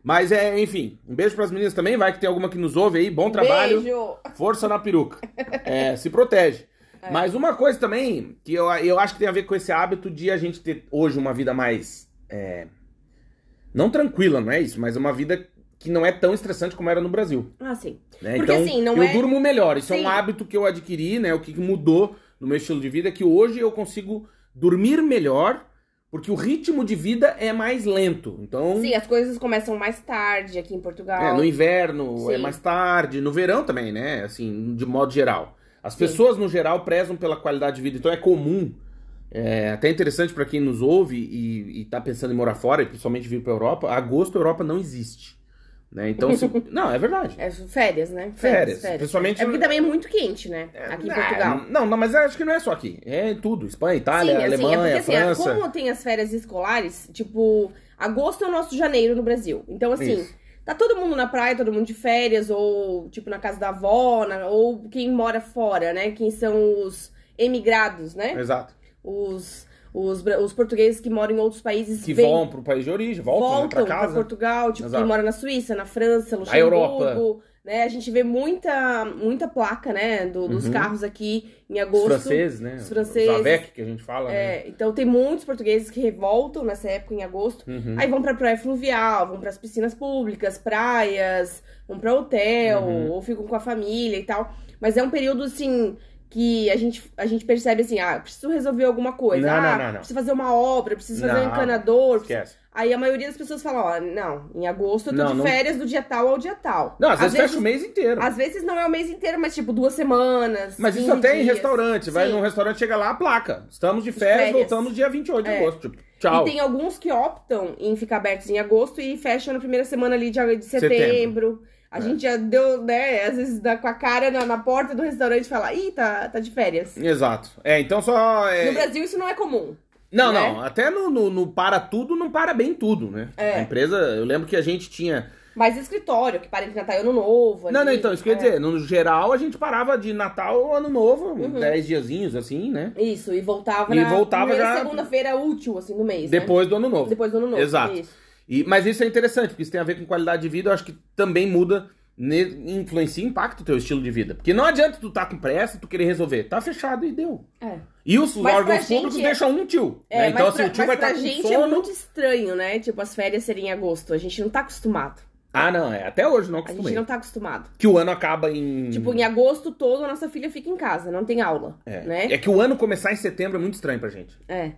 A: Mas é, enfim, um beijo pras meninas também, vai que tem alguma que nos ouve aí. Bom trabalho.
C: Beijo.
A: Força na peruca. É, se protege. Mas uma coisa também que eu, eu acho que tem a ver com esse hábito de a gente ter hoje uma vida mais. é, não tranquila, não é isso, mas uma vida que não é tão estressante como era no Brasil.
C: Ah, sim.
A: né?
C: Porque,
A: então,
C: assim, não
A: eu
C: é-
A: durmo melhor. Isso é
C: Sim.
A: um hábito que eu adquiri, né? O que que mudou no meu estilo de vida é que hoje eu consigo dormir melhor, porque o ritmo de vida é mais lento. Então,
C: Sim, as coisas começam mais tarde aqui em Portugal.
A: é, no inverno é
C: Sim.
A: mais tarde, no verão também, né? Assim, de modo geral. As
C: Sim.
A: pessoas, no geral, prezam pela qualidade de vida, então é comum. É até interessante pra quem nos ouve e, e tá pensando em morar fora, e principalmente vir pra Europa, agosto, Europa não existe. Né? Então,
C: (laughs)
A: se- não, é verdade.
C: É férias, né?
A: Férias, principalmente-
C: É porque também é muito quente, né? Aqui em
A: Ah,
C: Portugal.
A: Não, não, mas acho que não é só aqui. É em tudo. Espanha, Itália, Alemanha,
C: é porque assim,
A: França.
C: como tem as férias escolares, tipo, agosto é o nosso janeiro no Brasil. Então, assim,
A: Isso.
C: tá todo mundo na praia, todo mundo de férias, ou tipo na casa da avó, na- ou quem mora fora, né? Quem são os emigrados, né?
A: Exato.
C: Os, os, bra- os portugueses que moram em outros países
A: Que
C: vêm-
A: vão pro país de origem, voltam, né,
C: voltam
A: pra
C: pra
A: casa.
C: Portugal, tipo,
A: Exato.
C: quem mora na Suíça, na França,
A: Na Europa.
C: Luxemburgo, né? A gente vê muita, muita placa, né, do- dos
A: Uhum.
C: carros aqui em
A: Os
C: agosto.
A: franceses, né?
C: os franceses.
A: Os AVEC, que a gente fala, né?
C: É, então tem muitos portugueses que revoltam nessa época em agosto.
A: Uhum.
C: Aí vão pra praia fluvial, vão pras piscinas públicas, praias, vão pra hotel,
A: Uhum.
C: ou ficam com a família e tal. Mas é um período assim que a gente, a gente percebe assim, ah, preciso resolver alguma coisa,
A: Não,
C: ah,
A: não, não, não.
C: preciso fazer uma obra, preciso fazer um
A: Não,
C: encanador, preciso
A: Esquece.
C: Aí a maioria das pessoas fala, ó, não, em agosto eu tô
A: Não,
C: de
A: não-
C: férias do dia tal ao dia tal.
A: Não, às, vezes fecha o mês inteiro.
C: Às vezes não é o mês inteiro, mas tipo duas semanas.
A: Mas isso
C: 15
A: até em
C: dias.
A: restaurante. Vai
C: Sim.
A: num restaurante, chega lá, a placa. Estamos de férias,
C: férias.
A: voltamos dia 28 de
C: É.
A: agosto. Tipo,
C: E
A: tchau.
C: tem alguns que optam em ficar abertos em agosto e fecham na primeira semana ali de, de setembro.
A: Setembro.
C: A
A: É.
C: gente já deu, né, às vezes dá com a cara na, na porta do restaurante e fala, ih, tá, tá de férias.
A: Exato. É, então só. é,
C: No Brasil isso não é comum.
A: Não,
C: né?
A: não. Até no, no- no para tudo, não para bem tudo, né?
C: É.
A: A empresa, eu lembro que a gente tinha.
C: Mas escritório, que para de Natal e Ano Novo.
A: Não,
C: ali,
A: não, então, isso que eu ia
C: é.
A: dizer. No geral, a gente parava de Natal ou Ano Novo,
C: Uhum.
A: 10 diazinhos, assim, né?
C: Isso, e voltava
A: E
C: na
A: voltava
C: primeira
A: já-
C: segunda-feira útil, assim, do mês. né?
A: Depois do Ano Novo.
C: Depois do ano novo.
A: Exato.
C: Isso.
A: E- mas isso é interessante, porque isso tem a ver com qualidade de vida. Eu acho que também muda, ne, influencia e impacta o teu estilo de vida. Porque não adianta tu tá com pressa, tu querer resolver. Tá fechado e deu.
C: É,
A: E os
C: Mas pra
A: órgãos
C: gente
A: públicos
C: é-
A: deixam um tio.
C: É,
A: né? Então,
C: mas
A: assim,
C: pra,
A: o tio vai
C: mas pra
A: estar com
C: gente
A: sono.
C: é muito estranho, né? Tipo, as férias serem em agosto. A gente não tá acostumado.
A: Ah, não, é. Até hoje não
C: A gente
A: acostumei.
C: não tá acostumado.
A: Que o ano acaba em.
C: Tipo, em agosto todo, a nossa filha fica em casa, não tem aula,
A: é.
C: né?
A: é que o ano começar em setembro é muito estranho pra gente.
C: É.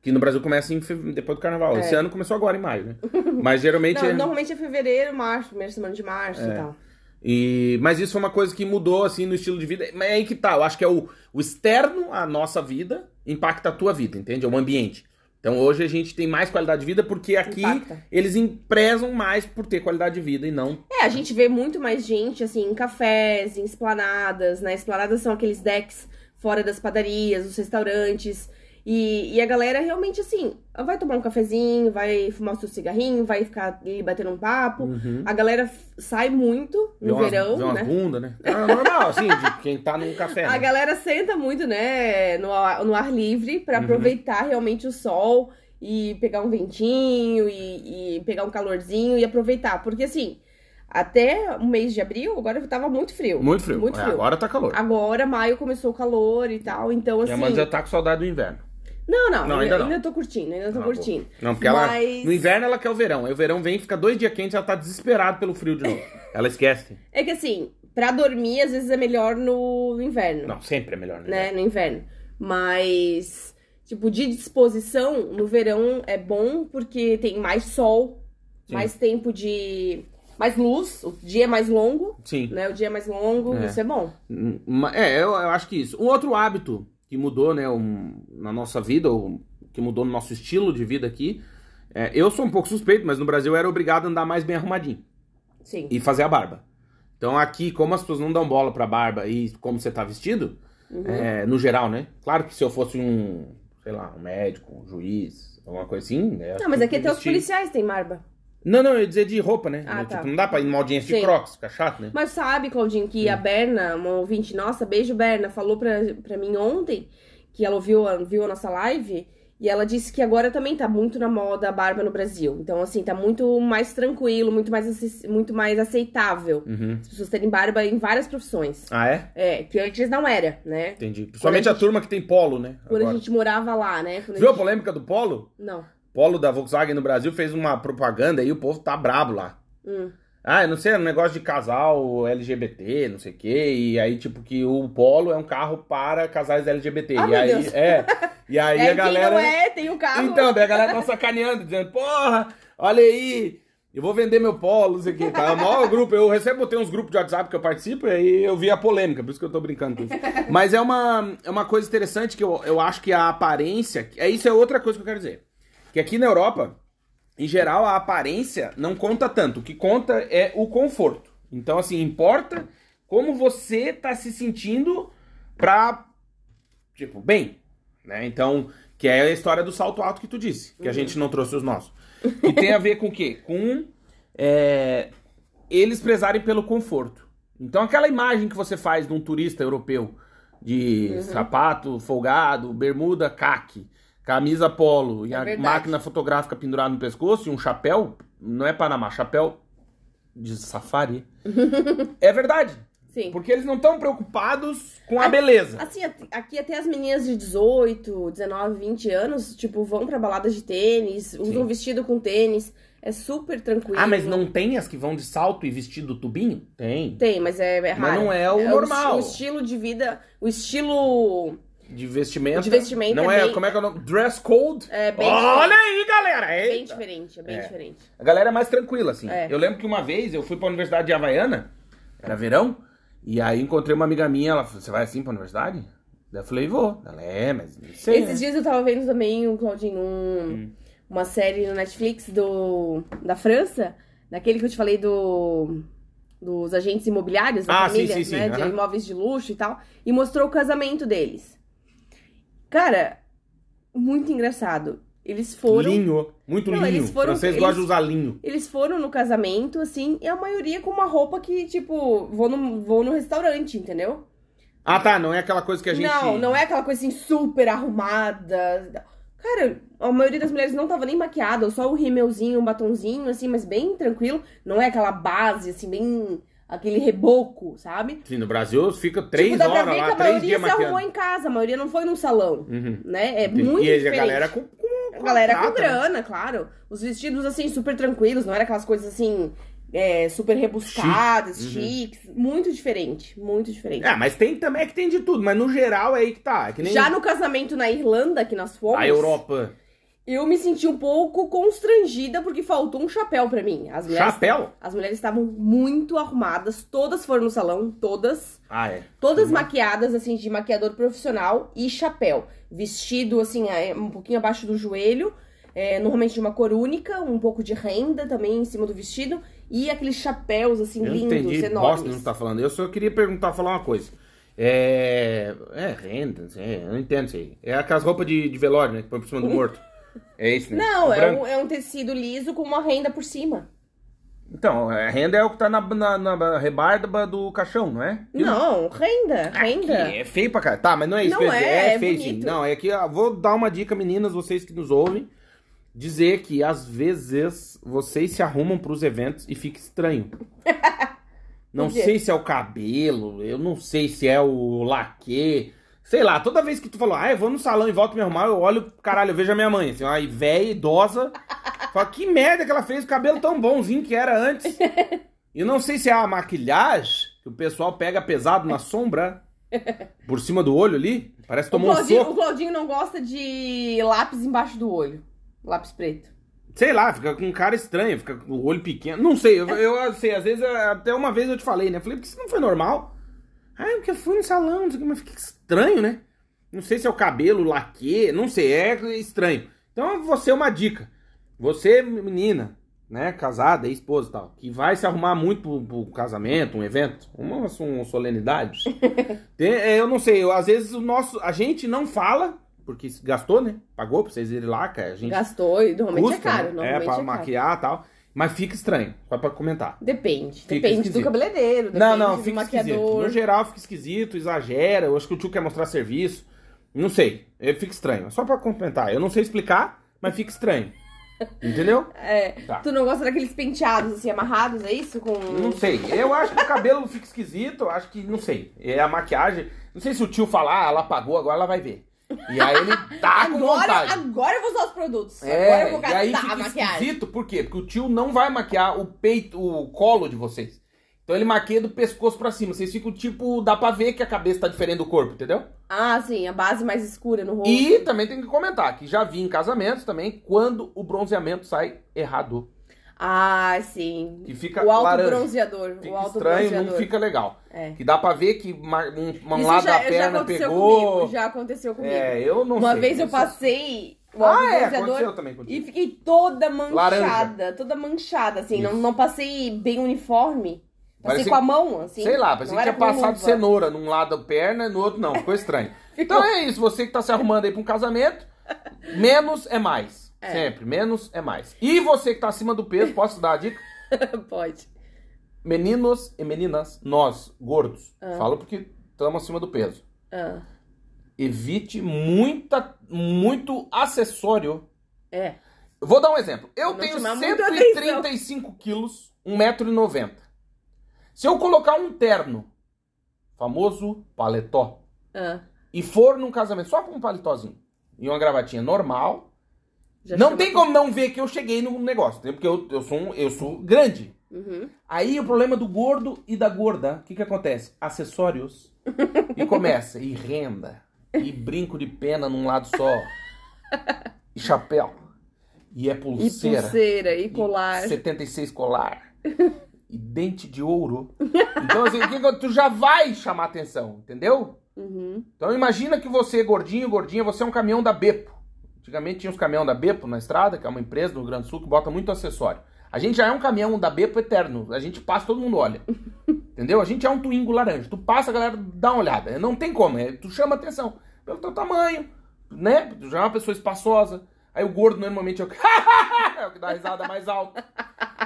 A: Que no Brasil começa em fe- depois do carnaval.
C: É.
A: Esse ano começou agora, em maio, né? Mas geralmente.
C: (laughs) Não,
A: é...
C: normalmente é fevereiro, março, primeira semana de março e tal.
A: E, mas isso foi uma coisa que mudou, assim, no estilo de vida. Mas é aí que tá. Eu acho que é o, o externo à nossa vida impacta a tua vida, entende? É o ambiente. Então hoje a gente tem mais qualidade de vida porque aqui
C: Impacta.
A: eles em- prezam mais por ter qualidade de vida e não.
C: É, a gente vê muito mais gente, assim, em cafés, em esplanadas, né? Esplanadas são aqueles decks fora das padarias, dos restaurantes. E, e a galera realmente, assim, vai tomar um cafezinho, vai fumar o seu cigarrinho, vai ficar ali batendo um papo.
A: Uhum.
C: A galera f- sai muito
A: Vê
C: no
A: umas- vê
C: verão,
A: umas
C: né?
A: bunda, né? É normal, assim, de quem tá num café.
C: (laughs) A
A: né?
C: galera senta muito, né, no ar, no ar livre pra
A: Uhum.
C: aproveitar realmente o sol e pegar um ventinho e, e pegar um calorzinho e aproveitar. Porque assim, até o mês de abril, agora tava muito frio.
A: Muito frio.
C: Muito
A: É,
C: frio.
A: agora tá calor.
C: Agora, maio começou o calor e tal, então assim.
A: Minha mãe já tá com saudade do inverno.
C: Não, não,
A: Não,
C: ainda,
A: ainda não.
C: ainda tô curtindo, ainda tô
A: Ah,
C: curtindo.
A: Não, porque ela.
C: Mas-
A: No inverno ela quer o verão. Aí o verão vem, fica dois dias quente, ela tá desesperada pelo frio de novo. (laughs) Ela esquece.
C: É que assim, pra dormir, às vezes é melhor no inverno.
A: Não, sempre é melhor, né?
C: né, no inverno. Mas, tipo, de disposição, no verão é bom porque tem mais sol,
A: Sim.
C: mais tempo de. mais luz, o dia é mais longo,
A: Sim.
C: né? O dia é mais longo,
A: É.
C: isso é bom.
A: Hum, ma- É, eu, eu acho que isso. Um outro hábito que mudou, né, um- na nossa vida, ou que mudou no nosso estilo de vida aqui. é, eu sou um pouco suspeito, mas no Brasil eu era obrigado a andar mais bem arrumadinho
C: Sim.
A: e fazer a barba. Então aqui, como as pessoas não dão bola pra barba e como você tá vestido,
C: Uhum.
A: é, no geral, né? Claro que se eu fosse um, sei lá, um médico, um juiz, alguma coisa assim. né,
C: Não, mas
A: eu
C: aqui até
A: vestido-
C: os policiais têm barba.
A: Não, não, eu ia dizer de roupa, né?
C: Ah,
A: Tipo,
C: tá.
A: não dá pra ir numa audiência de
C: Sim.
A: crocs, fica chato, né?
C: Mas sabe, Claudinho, que a Berna, uma ouvinte nossa, beijo Berna, falou pra, pra mim ontem que ela ouviu, a- viu a nossa live e ela disse que agora também tá muito na moda a barba no Brasil. Então, assim, tá muito mais tranquilo, muito mais, acess- muito mais aceitável.
A: Uhum.
C: As pessoas terem barba em várias profissões.
A: Ah, é?
C: É, que antes não era, né?
A: Entendi. Principalmente a, turma que tem polo, né?
C: Quando
A: agora.
C: a gente morava lá, né? Quando a
A: Viu a
C: gente-
A: polêmica do polo?
C: Não.
A: Polo da Volkswagen no Brasil fez uma propaganda e o povo tá brabo lá.
C: Hum.
A: Ah, eu não sei, é um negócio de casal LGBT, não sei o quê, e aí, tipo, que o Polo é um carro para casais LGBT.
C: Ah,
A: e
C: meu
A: aí,
C: Deus.
A: é.
C: (laughs)
A: E aí
C: é,
A: a galera.
C: quem não é, tem o carro.
A: Então, daí a galera tá sacaneando, dizendo, porra, olha aí, eu vou vender meu polo, não sei o que. Tá o maior grupo, eu recebo, tem uns grupos de WhatsApp que eu participo, e aí eu vi a polêmica, por isso que eu tô brincando com isso. Mas é uma, é uma coisa interessante que eu, eu acho que a aparência. É isso é outra coisa que eu quero dizer. Que aqui na Europa, em geral, a aparência não conta tanto. O que conta é o conforto. Então, assim, importa como você tá se sentindo pra, tipo, bem. Né? Então, que é a história do salto alto que tu disse,
C: Uhum.
A: que a gente não trouxe os
C: (laughs)
A: nossos. E tem a ver com o quê? Com é, eles prezarem pelo conforto. Então, aquela imagem que você faz de um turista europeu de
C: Uhum.
A: sapato folgado, bermuda caque, camisa polo e
C: É
A: a
C: verdade.
A: máquina fotográfica pendurada no pescoço e um chapéu, não é Panamá, chapéu de
C: (laughs)
A: safari. é verdade,
C: Sim.
A: porque eles não estão preocupados com a beleza.
C: Assim, at- aqui até as meninas de 18, 19, 20 anos, tipo, vão pra baladas de tênis, usam vestido com tênis. É super tranquilo.
A: Ah, mas não tem as que vão de salto e vestido tubinho? Tem.
C: Tem, mas é, é raro.
A: não é o normal.
C: O, estilo de vida, o estilo
A: De vestimenta.
C: De vestimenta
A: Não
C: é
A: é,
C: bem-
A: como é que é o nome? Dress code?
C: É, bem
A: Olha aí, galera!
C: é bem
A: eita.
C: diferente, é bem
A: É.
C: diferente.
A: A galera é mais tranquila, assim.
C: É.
A: Eu lembro que uma vez eu fui pra Universidade de Havaiana, era verão, e aí encontrei uma amiga minha, ela falou, você vai assim pra universidade? Daí eu falei, vou. Ela, é, Hum. mas não sei.
C: Esses dias eu tava vendo também, um, Claudinho, um- uma série no Netflix do, da França, daquele que eu te falei do, dos agentes imobiliários, da
A: Ah, sim,
C: família,
A: sim, sim,
C: né?
A: aham.
C: De imóveis de luxo e tal. E mostrou o casamento deles. Cara, muito engraçado. Eles foram.
A: Linho, muito
C: Não,
A: linho.
C: eles foram-
A: Vocês
C: eles-
A: gostam de usar linho.
C: Eles foram no casamento, assim, e a maioria com uma roupa que, tipo, vou no, vou no restaurante, entendeu?
A: Ah, tá, não é aquela coisa que a gente...
C: Não, não é aquela coisa assim super arrumada. Cara, a maioria das mulheres não tava nem maquiada, ou só o rímelzinho, um batonzinho, assim, mas bem tranquilo. Não é aquela base, assim, bem. aquele reboco, sabe?
A: Sim, no Brasil fica três
C: tipo, dá pra
A: horas
C: ver
A: lá,
C: que a
A: três
C: maioria
A: dias
C: se arrumou
A: maquiando.
C: em casa, a maioria não foi num salão,
A: Uhum.
C: né? É
A: Entendi.
C: muito
A: e aí a
C: diferente.
A: galera com, com,
C: A galera com
A: prata, né?
C: grana, claro. Os vestidos, assim, super tranquilos, não era aquelas coisas assim. é, super rebuscadas,
A: Chique. Uhum.
C: chiques. Muito diferente, muito diferente.
A: É, mas tem também é que tem de tudo, mas no geral é aí que tá. É que nem
C: Já no casamento na Irlanda, que nós fomos.
A: a Europa.
C: Eu me senti um pouco constrangida porque faltou um chapéu pra mim. As mulheres,
A: Chapéu?
C: as mulheres estavam muito arrumadas, todas foram no salão, todas,
A: Ah, é.
C: todas maquiadas assim de maquiador profissional e chapéu, vestido assim é, um pouquinho abaixo do joelho, é, normalmente de uma cor única, um pouco de renda também em cima do vestido e aqueles chapéus assim
A: Eu não
C: lindos,
A: entendi bosta tá.
C: enormes.
A: nenhuma que tá falando. Eu só queria perguntar, falar uma coisa. É. É, renda, não sei, eu não entendo isso aí. É aquelas roupas de, de velório, né? Que põe por
C: (laughs)
A: cima do morto. É isso, né?
C: Não,
A: O
C: é
A: branco.
C: um, é um tecido liso com uma renda por cima.
A: Então, a renda é o que tá na, na, na rebarba do caixão, não é? E
C: Não, renda, renda.
A: É feio pra caralho. Tá, mas não é isso.
C: Não
A: que eu ia dizer.
C: é, é
A: feio sim.
C: bonito.
A: Não, é que eu vou dar uma dica, meninas, vocês que nos ouvem. Dizer que às vezes vocês se arrumam pros eventos e fica
C: (laughs)
A: estranho. não
C: Por quê?
A: sei se é o cabelo, eu não sei se é o laque. Sei lá, toda vez que tu falou, ah, eu vou no salão e volto a me arrumar, eu olho, caralho, eu vejo a minha mãe, assim, uma velha, idosa. Fala, que merda que ela fez, o cabelo tão bonzinho que era antes. E não sei se é a maquilhagem que o pessoal pega pesado na sombra, por cima do olho ali. Parece que
C: O
A: tomou um
C: Claudinho, o
A: soco.
C: Claudinho não gosta de lápis embaixo do olho. Lápis preto.
A: Sei lá, fica com um cara estranho, fica com o olho pequeno. Não sei, eu, eu sei, às vezes, é, até uma vez eu te falei, né? Falei, porque isso não foi normal. Ah, porque eu fui no salão, não sei o que, mas fica estranho, né? Não sei se é o cabelo, o laque, não sei, é estranho. Então, você é uma dica. Você, menina, né, casada, esposa e tal, que vai se arrumar muito pro, pro casamento, um evento, uma, uma solenidade. Tem- é, eu não sei, eu, às vezes o nosso, a gente não fala, porque gastou, né? Pagou pra vocês irem lá, cara, a gente
C: Gastou e normalmente
A: custa,
C: é caro.
A: né?
C: Normalmente é,
A: pra
C: caro.
A: maquiar e tal. Mas fica estranho, só pra comentar.
C: Depende.
A: Fica
C: Depende
A: esquisito.
C: do cabeleireiro, depende
A: não, não,
C: do
A: fica esquisito.
C: maquiador.
A: No geral fica esquisito, exagera. Eu acho que o tio quer mostrar serviço. Não sei, é, fica estranho. é Só pra comentar. Eu não sei explicar, mas fica
C: (laughs)
A: estranho. Entendeu?
C: É,
A: Tá.
C: Tu não gosta daqueles penteados assim, amarrados, é isso? Com.
A: Não sei. Eu acho que o cabelo fica esquisito, eu acho que, não sei. É a maquiagem. Não sei se o tio falar, ah, ela pagou, agora ela vai ver. E aí ele tá com vontade.
C: agora, agora eu vou usar os produtos. agora eu
A: É,
C: vou
A: e aí
C: gastar
A: fica
C: a maquiagem.
A: esquisito, por quê? Porque o tio não vai maquiar o peito, o colo de vocês. Então ele maquia do pescoço pra cima. Vocês ficam tipo, dá pra ver que a cabeça tá diferente do corpo, entendeu?
C: Ah, sim, a base mais escura no rosto.
A: E também tem que comentar que já vi em casamentos também quando o bronzeamento sai errado.
C: Ah, sim.
A: Que fica
C: O alto
A: laranja.
C: bronzeador. O
A: Fica
C: alto
A: estranho, não
C: bronzeador.
A: fica legal.
C: É.
A: Que dá pra ver que ma- um, um
C: Isso
A: lado
C: já,
A: da
C: já
A: perna
C: aconteceu
A: pegou.
C: comigo. Já aconteceu comigo.
A: É, eu não
C: Uma
A: sei.
C: vez eu
A: sou-
C: passei o alto
A: Ah, é,
C: bronzeador
A: aconteceu também contigo.
C: E fiquei toda manchada,
A: Laranja.
C: toda manchada, assim. Não,
A: Isso.
C: não passei bem uniforme. Passei
A: Parecia-
C: com a mão, assim.
A: Sei lá, parecia
C: Não
A: que
C: era
A: tinha
C: com
A: passado
C: luva.
A: cenoura num lado da perna e no outro não. Ficou
C: (laughs)
A: estranho. Então é isso, você que tá se arrumando aí pra um casamento, menos é mais.
C: É.
A: Sempre, menos é mais. E você que tá acima do peso, posso dar a dica?
C: (laughs) Pode.
A: Meninos e meninas, nós, gordos,
C: Ah.
A: falo porque estamos acima do peso.
C: Ah,
A: Evite muita, muito acessório
C: é.
A: Eu Vou dar um exemplo. Eu
C: Não
A: tenho
C: chamar muita
A: 135 quilos, 1,90m. Se eu colocar um terno, famoso paletó,
C: Ah,
A: e for num casamento só com um paletózinho e uma gravatinha normal,
C: já
A: não
C: chama-
A: tem como não ver que eu cheguei no negócio, entendeu? porque eu, eu, sou, um- eu sou grande.
C: Uhum.
A: Aí o problema do gordo e da gorda, o que que acontece? Acessórios. E começa, e renda, e brinco de pena num lado só, e chapéu, e é
C: E
A: pulseira.
C: pulseira, e colar.
A: E 76 colar. e dente de ouro. Então, assim, o que que- tu já vai chamar atenção, entendeu?
C: Uhum.
A: Então, imagina que você, gordinho, gordinha, você é um caminhão da Bepo. Antigamente tinha uns caminhão da Bepo na estrada, que é uma empresa do Rio Grande do Sul que bota muito acessório. A gente já é um caminhão da Bepo eterno. A gente passa, todo mundo
C: (laughs)
A: olha. Entendeu? A gente é um Twingo laranja. Tu passa, a galera dá uma olhada. Não tem como, é- tu chama atenção. Pelo teu tamanho, né? Tu já é uma pessoa espaçosa. Aí o gordo normalmente é o que, (laughs) é o que dá a risada mais alta.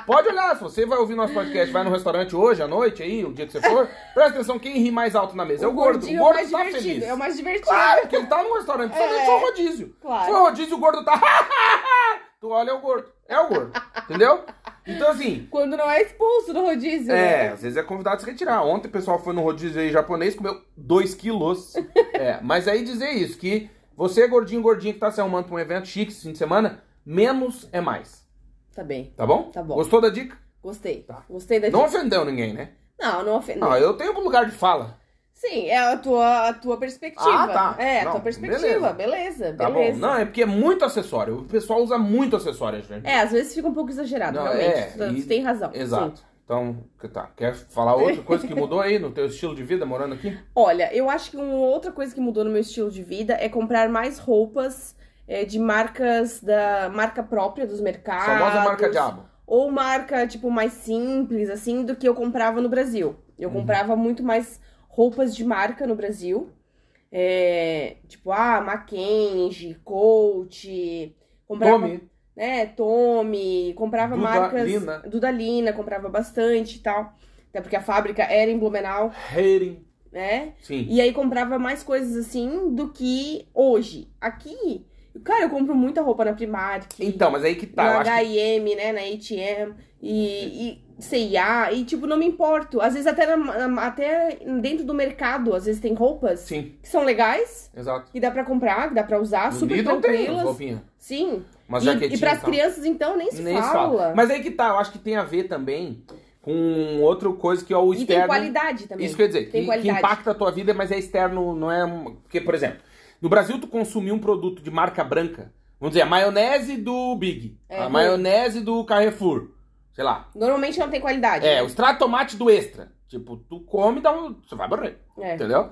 A: Pode olhar, se você vai ouvir nosso podcast, vai no restaurante hoje, à noite, aí, o dia que você for, presta atenção quem ri mais alto na mesa. é o gordo. O
C: gordinho
A: gordo
C: é o mais
A: tá
C: divertido.
A: feliz.
C: É o mais divertido.
A: Claro, porque ele tá num restaurante, principalmente
C: É.
A: só o rodízio.
C: Claro.
A: Foi o rodízio, o gordo tá. (laughs) tu olha o gordo. É o gordo. Entendeu? Então, assim.
C: Quando não (laughs) é expulso do rodízio.
A: É,
C: né?
A: às vezes é convidado a se retirar. Ontem o pessoal foi no rodízio aí japonês, comeu 2
C: (laughs)
A: quilos. É, mas aí dizer isso, que você gordinho, gordinho que tá se arrumando pra um evento chique esse fim de semana, menos é mais.
C: Tá bem.
A: Tá bom?
C: Tá bom.
A: Gostou da dica?
C: Gostei.
A: Tá.
C: Gostei da
A: Não
C: dica.
A: ofendeu ninguém, né?
C: Não, não ofendeu.
A: Não, eu tenho um lugar de fala.
C: Sim, é a tua, a tua perspectiva.
A: Ah, tá.
C: É, a
A: Não,
C: tua perspectiva. Beleza, beleza.
A: Tá bom? Não, é porque é muito acessório. O pessoal usa muito acessório, gente.
C: É, às vezes fica um pouco exagerado,
A: Não,
C: realmente.
A: é,
C: tu, tu
A: e-
C: tem razão.
A: Exato.
C: sim.
A: Então, que tá. Quer falar
C: (laughs)
A: outra coisa que mudou aí no teu estilo de vida morando aqui?
C: Olha, eu acho que uma outra coisa que mudou no meu estilo de vida é comprar mais roupas é, de marcas da marca própria dos mercados.
A: Famosa marca Diabo.
C: Ou
A: Uhum.
C: marca, tipo, mais simples, assim, do que eu comprava no Brasil. Eu comprava muito mais roupas de marca no Brasil. É, tipo, ah, Mackenzie, Coach, comprava,
A: Tome.
C: né, Tommy, comprava
A: Duda
C: marcas
A: Lina.
C: Dudalina, comprava bastante e tal. Até porque a fábrica era em Blumenau,
A: Hating.
C: né?
A: Sim.
C: E aí comprava mais coisas assim do que hoje. Aqui, cara, eu compro muita roupa na Primark.
A: Então, mas aí que tá. Eu
C: na
A: acho que
C: H&M, né, na H&M e, e C&A, e tipo, não me importo. Às vezes até, na- na- até dentro do mercado, às vezes tem roupas
A: Sim,
C: que são legais,
A: exato.
C: que dá pra comprar, que dá pra usar,
A: No
C: Tá super
A: Lidl tem é umas
C: tranquilas.
A: roupinhas.
C: Sim.
A: Umas
C: e,
A: jaquetinhas
C: e pras
A: tal.
C: crianças, então, nem se
A: tá. Nem se
C: fala.
A: fala. Mas aí que tá, eu acho que tem a ver também com outra coisa que é o
C: e tem
A: externo.
C: qualidade também.
A: Isso quer dizer,
C: Tem
A: que, que
C: qualidade.
A: impacta a tua vida, mas é externo, não é. um- Porque, por exemplo, no Brasil tu consumir um produto de marca branca, vamos dizer, a maionese do Big,
C: É,
A: a
C: ruim.
A: maionese do Carrefour, sei lá.
C: Normalmente não tem qualidade.
A: É,
C: né?
A: o extrato de tomate do extra. Tipo, tu come, dá um, você vai morrer.
C: É.
A: Entendeu?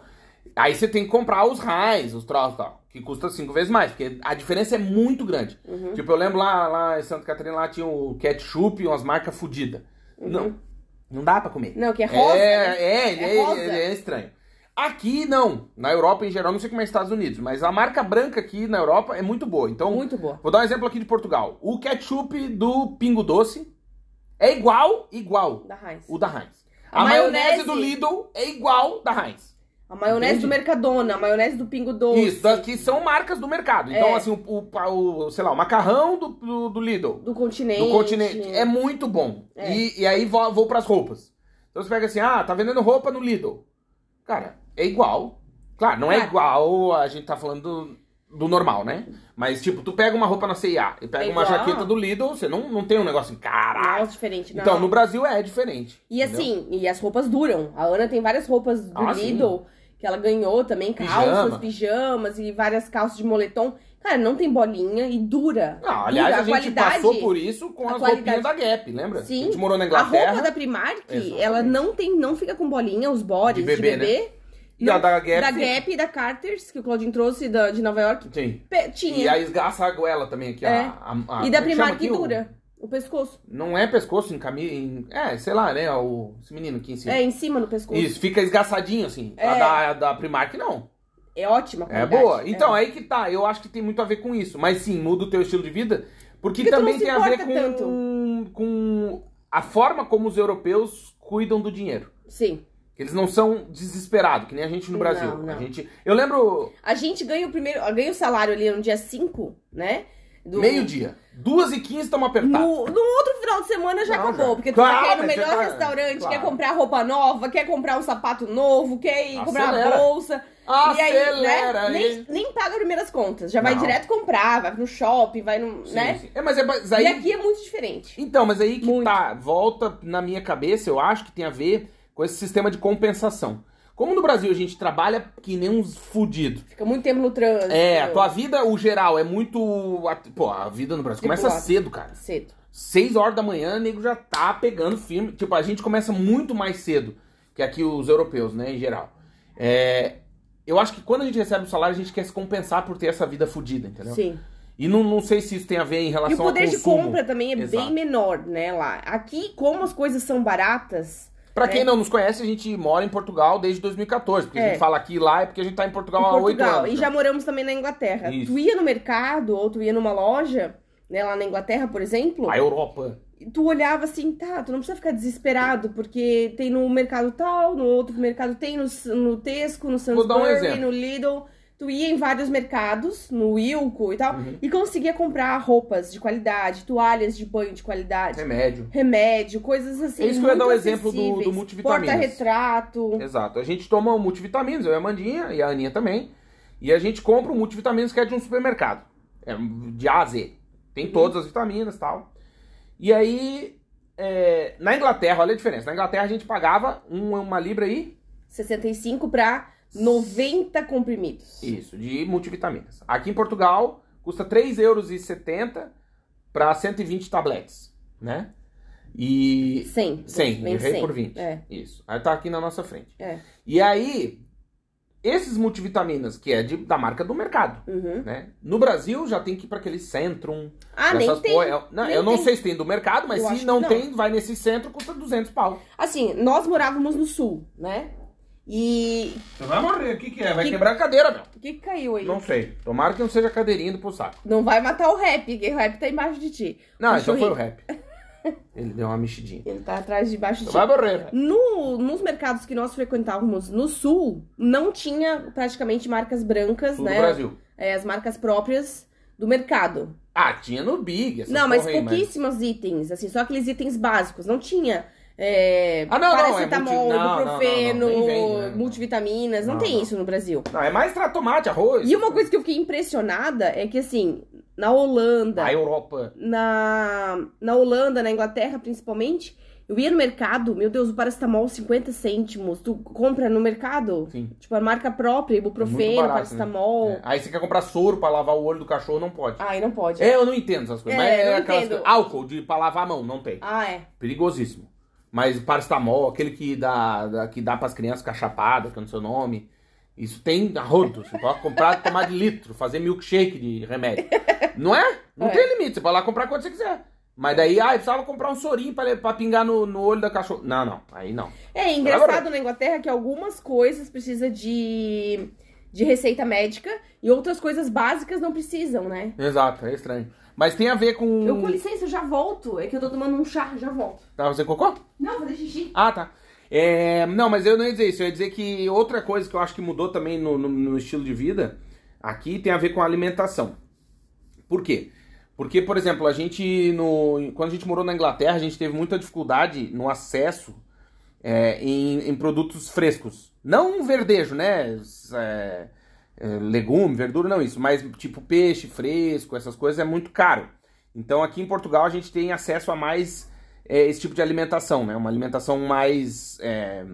A: Aí você tem que comprar os raios, os troços e tal, que custa cinco vezes mais, porque a diferença é muito grande.
C: Uhum.
A: Tipo, eu lembro lá, lá em Santa Catarina, lá tinha o ketchup e umas marcas fodidas. Não, não dá pra comer.
C: Uhum. Não, que é rosa,
A: É,
C: né?
A: é, ele
C: É
A: é,
C: rosa.
A: ele é estranho. Aqui não, na Europa em geral, não sei como é nos Estados Unidos, mas a marca branca aqui na Europa é muito boa. Então,
C: Muito boa.
A: vou dar um exemplo aqui de Portugal. O ketchup do Pingo Doce é igual, igual
C: Da Heinz.
A: o da Heinz.
C: A
A: A, maionese...
C: maionese-
A: do Lidl é igual da Heinz.
C: A maionese
A: Entende?
C: do Mercadona, a maionese do Pingo Doce.
A: Isso, das que são marcas do mercado. Então,
C: É.
A: assim, o, o- o- sei lá, o macarrão do, do, do Lidl,
C: Do continente.
A: do continente, é muito bom.
C: É.
A: E, e aí vou, vou pras roupas. Então você pega assim, ah, tá vendendo roupa no Lidl. Cara, é igual. Claro, não é
C: Claro.
A: igual a gente tá falando do, do normal, né? Mas, tipo, tu pega uma roupa na C&A e pega
C: É
A: uma
C: igual.
A: jaqueta do Lidl, você não, não tem um negócio assim,
C: Não, é
A: caralho.
C: diferente, não.
A: Então, no Brasil é diferente.
C: E
A: entendeu?
C: assim, e as roupas duram. A Ana tem várias roupas do
A: Ah,
C: Lidl que ela ganhou também,
A: Pijama.
C: calças, pijamas e várias calças de moletom. Cara, não tem bolinha e dura.
A: Não, aliás,
C: dura.
A: a gente passou por isso com
C: a
A: as
C: qualidade-
A: roupinhas da Gap, lembra?
C: Sim.
A: A gente morou na
C: A
A: Inglaterra.
C: roupa da Primark,
A: Exatamente.
C: ela não tem, não fica com bolinha, os
A: De
C: bodies de
A: bebê,
C: bebê.
A: E a da Gap.
C: Né? Da Gap e da Carter's, que o Claudinho trouxe da- de Nova York,
A: Sim.
C: pe-
A: E
C: tinha.
A: aí esgaça a goela também aqui.
C: É.
A: A, a, a, como
C: e da
A: que chama
C: Primark
A: aqui? O-
C: dura. O pescoço.
A: Não é pescoço em caminho. É, sei lá, né? O, esse menino aqui em cima.
C: É, em cima no pescoço.
A: Isso, fica esgaçadinho assim. A
C: É.
A: da, a da Primark não.
C: É ótima a
A: É
C: qualidade.
A: boa. Então, aí que tá. Eu acho que tem muito a ver com isso. Mas sim, muda o teu estilo de vida. Porque,
C: Porque tu
A: também
C: não se
A: tem a ver
C: importa
A: com, com a forma como os europeus cuidam do dinheiro.
C: Sim.
A: Que eles não são desesperados, que nem a gente no
C: Não,
A: Brasil. A
C: não.
A: gente, eu lembro,
C: A gente ganha o primeiro, ganha o salário ali no dia 5, né? Do-
A: meio-dia, duas e quinze estamos apertados.
C: No, no outro final de semana já
A: tá. Não,
C: acabou,
A: já.
C: porque tu
A: Claro,
C: quer ir no
A: mas
C: melhor
A: você tá-
C: restaurante,
A: claro.
C: quer comprar roupa nova, quer comprar um sapato novo, quer ir comprar uma
A: Acelera.
C: bolsa. e aí,
A: Acelera!
C: né?
A: hein?
C: Nem, nem paga as primeiras contas, já vai
A: Não.
C: direto comprar, vai no shopping, vai no,
A: Sim,
C: né?
A: sim. É, mas é, mas
C: E
A: aí,
C: aqui é muito diferente.
A: Então, mas aí que
C: Muito.
A: tá, volta na minha cabeça, eu acho que tem a ver com esse sistema de compensação. Como no Brasil a gente trabalha que nem uns fudidos.
C: Fica muito tempo no trânsito.
A: É, a tua vida, o geral, é muito. at- Pô, a vida no Brasil começa
C: Tripulado.
A: cedo, cara.
C: cedo.
A: Seis horas da manhã, o nego já tá pegando firme. Tipo, a gente começa muito mais cedo que aqui os europeus, né, em geral. É, eu acho que quando a gente recebe o salário, a gente quer se compensar por ter essa vida fudida, entendeu?
C: Sim.
A: E não, não sei se isso tem a ver em relação
C: E o poder
A: ao
C: de
A: consumo.
C: compra também é
A: Exato.
C: bem menor, né, lá. Aqui, como as coisas são baratas,
A: Pra quem não nos conhece, a gente mora em Portugal desde 2014. Porque a
C: É.
A: gente fala aqui e lá é porque a gente tá em Portugal,
C: em
A: há oito
C: Portugal.
A: anos. né?
C: E já moramos também na Inglaterra.
A: Isso.
C: Tu ia no mercado ou tu ia numa loja, né, lá na Inglaterra, por exemplo,
A: A Europa.
C: e tu olhava assim, tá, tu não precisa ficar desesperado, porque tem no mercado tal, no outro mercado tem, no, S- no Tesco, no
A: Vou dar um
C: Sainsbury,
A: exemplo.
C: no Lidl. Tu ia em vários mercados, no Wilco e tal,
A: Uhum.
C: e conseguia comprar roupas de qualidade, toalhas de banho de qualidade,
A: Remédio.
C: remédio, coisas assim.
A: É isso que eu ia dar
C: muito
A: o exemplo do- do
C: acessíveis,
A: multivitaminas.
C: Porta-retrato.
A: Exato. A gente toma um multivitamínios, eu e a Mandinha e a Aninha também. E a gente compra um multivitamínios que é de um supermercado. É de A a Z.
C: Uhum.
A: Tem todas as vitaminas e tal. E aí, é, na Inglaterra, olha a diferença. Na Inglaterra a gente pagava um- uma libra aí
C: 65 pra 90 comprimidos.
A: Isso, de multivitaminas. Aqui em Portugal, custa 3,70 euros para 120 tabletes, né? E...
C: 100.
A: 100,
C: Vem
A: errei
C: 100.
A: por 20.
C: É,
A: Isso, aí tá aqui na nossa frente.
C: é.
A: E aí, esses multivitaminas, que é de- da marca do mercado,
C: Uhum.
A: né? No Brasil, já tem que ir para aquele Centrum.
C: Ah,
A: essas
C: nem tem.
A: po- eu- Não,
C: nem
A: eu não
C: tem.
A: sei se tem do mercado, mas
C: Eu acho
A: se
C: que
A: não,
C: não.
A: tem, vai nesse centro, custa 200 pau.
C: Assim, nós morávamos no sul, né? E.
A: Você vai morrer, o que, que é? Vai
C: Que-
A: quebrar a cadeira, meu.
C: O que que caiu aí?
A: Não sei. Tomara que não seja cadeirinha do saco.
C: Não vai matar o rap, que o rap tá embaixo de ti.
A: Não,
C: O
A: então foi o
C: churri-
A: rap.
C: (laughs)
A: Ele deu uma mexidinha.
C: Ele tá atrás de baixo de
A: Você vai
C: ti.
A: morrer.
C: No- nos mercados que nós frequentávamos no sul, não tinha praticamente marcas brancas,
A: Sul do
C: né?
A: Brasil.
C: É, as marcas próprias do mercado.
A: Ah, tinha no Big. essas
C: não, mas
A: porra aí,
C: pouquíssimos itens, assim, só aqueles itens básicos. Não tinha é,
A: Ah, não, não, é
C: paracetamol,
A: multi- não, não, não,
C: ibuprofeno,
A: não, nem vende, né?
C: multivitaminas, não,
A: Não,
C: tem
A: não. é.
C: isso no Brasil.
A: Não, é mais pra tomate, arroz.
C: E uma coisa que eu fiquei impressionada é que, assim, na Holanda,
A: A Europa.
C: na, na Holanda, na Inglaterra principalmente, eu ia no mercado, meu Deus, o paracetamol 50 cêntimos, tu compra no mercado?
A: Sim.
C: Tipo, a marca própria, ibuprofeno,
A: É muito barato,
C: paracetamol.
A: É. Aí você quer comprar soro pra lavar o olho do cachorro, não pode.
C: Ai, não pode.
A: É, eu não entendo essas coisas.
C: Ah. É,
A: mas é
C: não
A: aquelas
C: entendo.
A: coisas. Álcool de pra lavar a mão, não tem.
C: Ah, é.
A: Perigosíssimo. Mas paracetamol, aquele que dá, da- que dá pras crianças ficar chapadas, que eu não sei o nome. Isso tem a rodo. Você pode comprar e tomar de litro, fazer milkshake de remédio. Não é? Não
C: É.
A: tem limite. Você pode lá comprar quanto você quiser. Mas daí, ah, eu precisava comprar um sorinho pra, pra pingar no, no olho da cachorro. Não, não. Aí não.
C: É engraçado na Inglaterra que algumas coisas precisa de, de receita médica e outras coisas básicas não precisam, né?
A: Exato, é estranho. Mas tem a ver com.
C: Eu, com licença, eu já volto. É que eu tô tomando um chá, já volto.
A: Tá, você cocô?
C: Não, vou deixar xixi.
A: Ah, tá. É, não, mas eu não ia dizer isso. Eu ia dizer que outra coisa que eu acho que mudou também no, no- no estilo de vida aqui tem a ver com a alimentação. Por quê? Porque, por exemplo, a gente, no, quando a gente morou na Inglaterra, a gente teve muita dificuldade no acesso é, em, em produtos frescos. Não verdejo, né? S- É, é, legume, verdura, não isso. Mas tipo peixe fresco, essas coisas é muito caro. Então aqui em Portugal a gente tem acesso a mais é, esse tipo de alimentação, né? Uma alimentação mais é,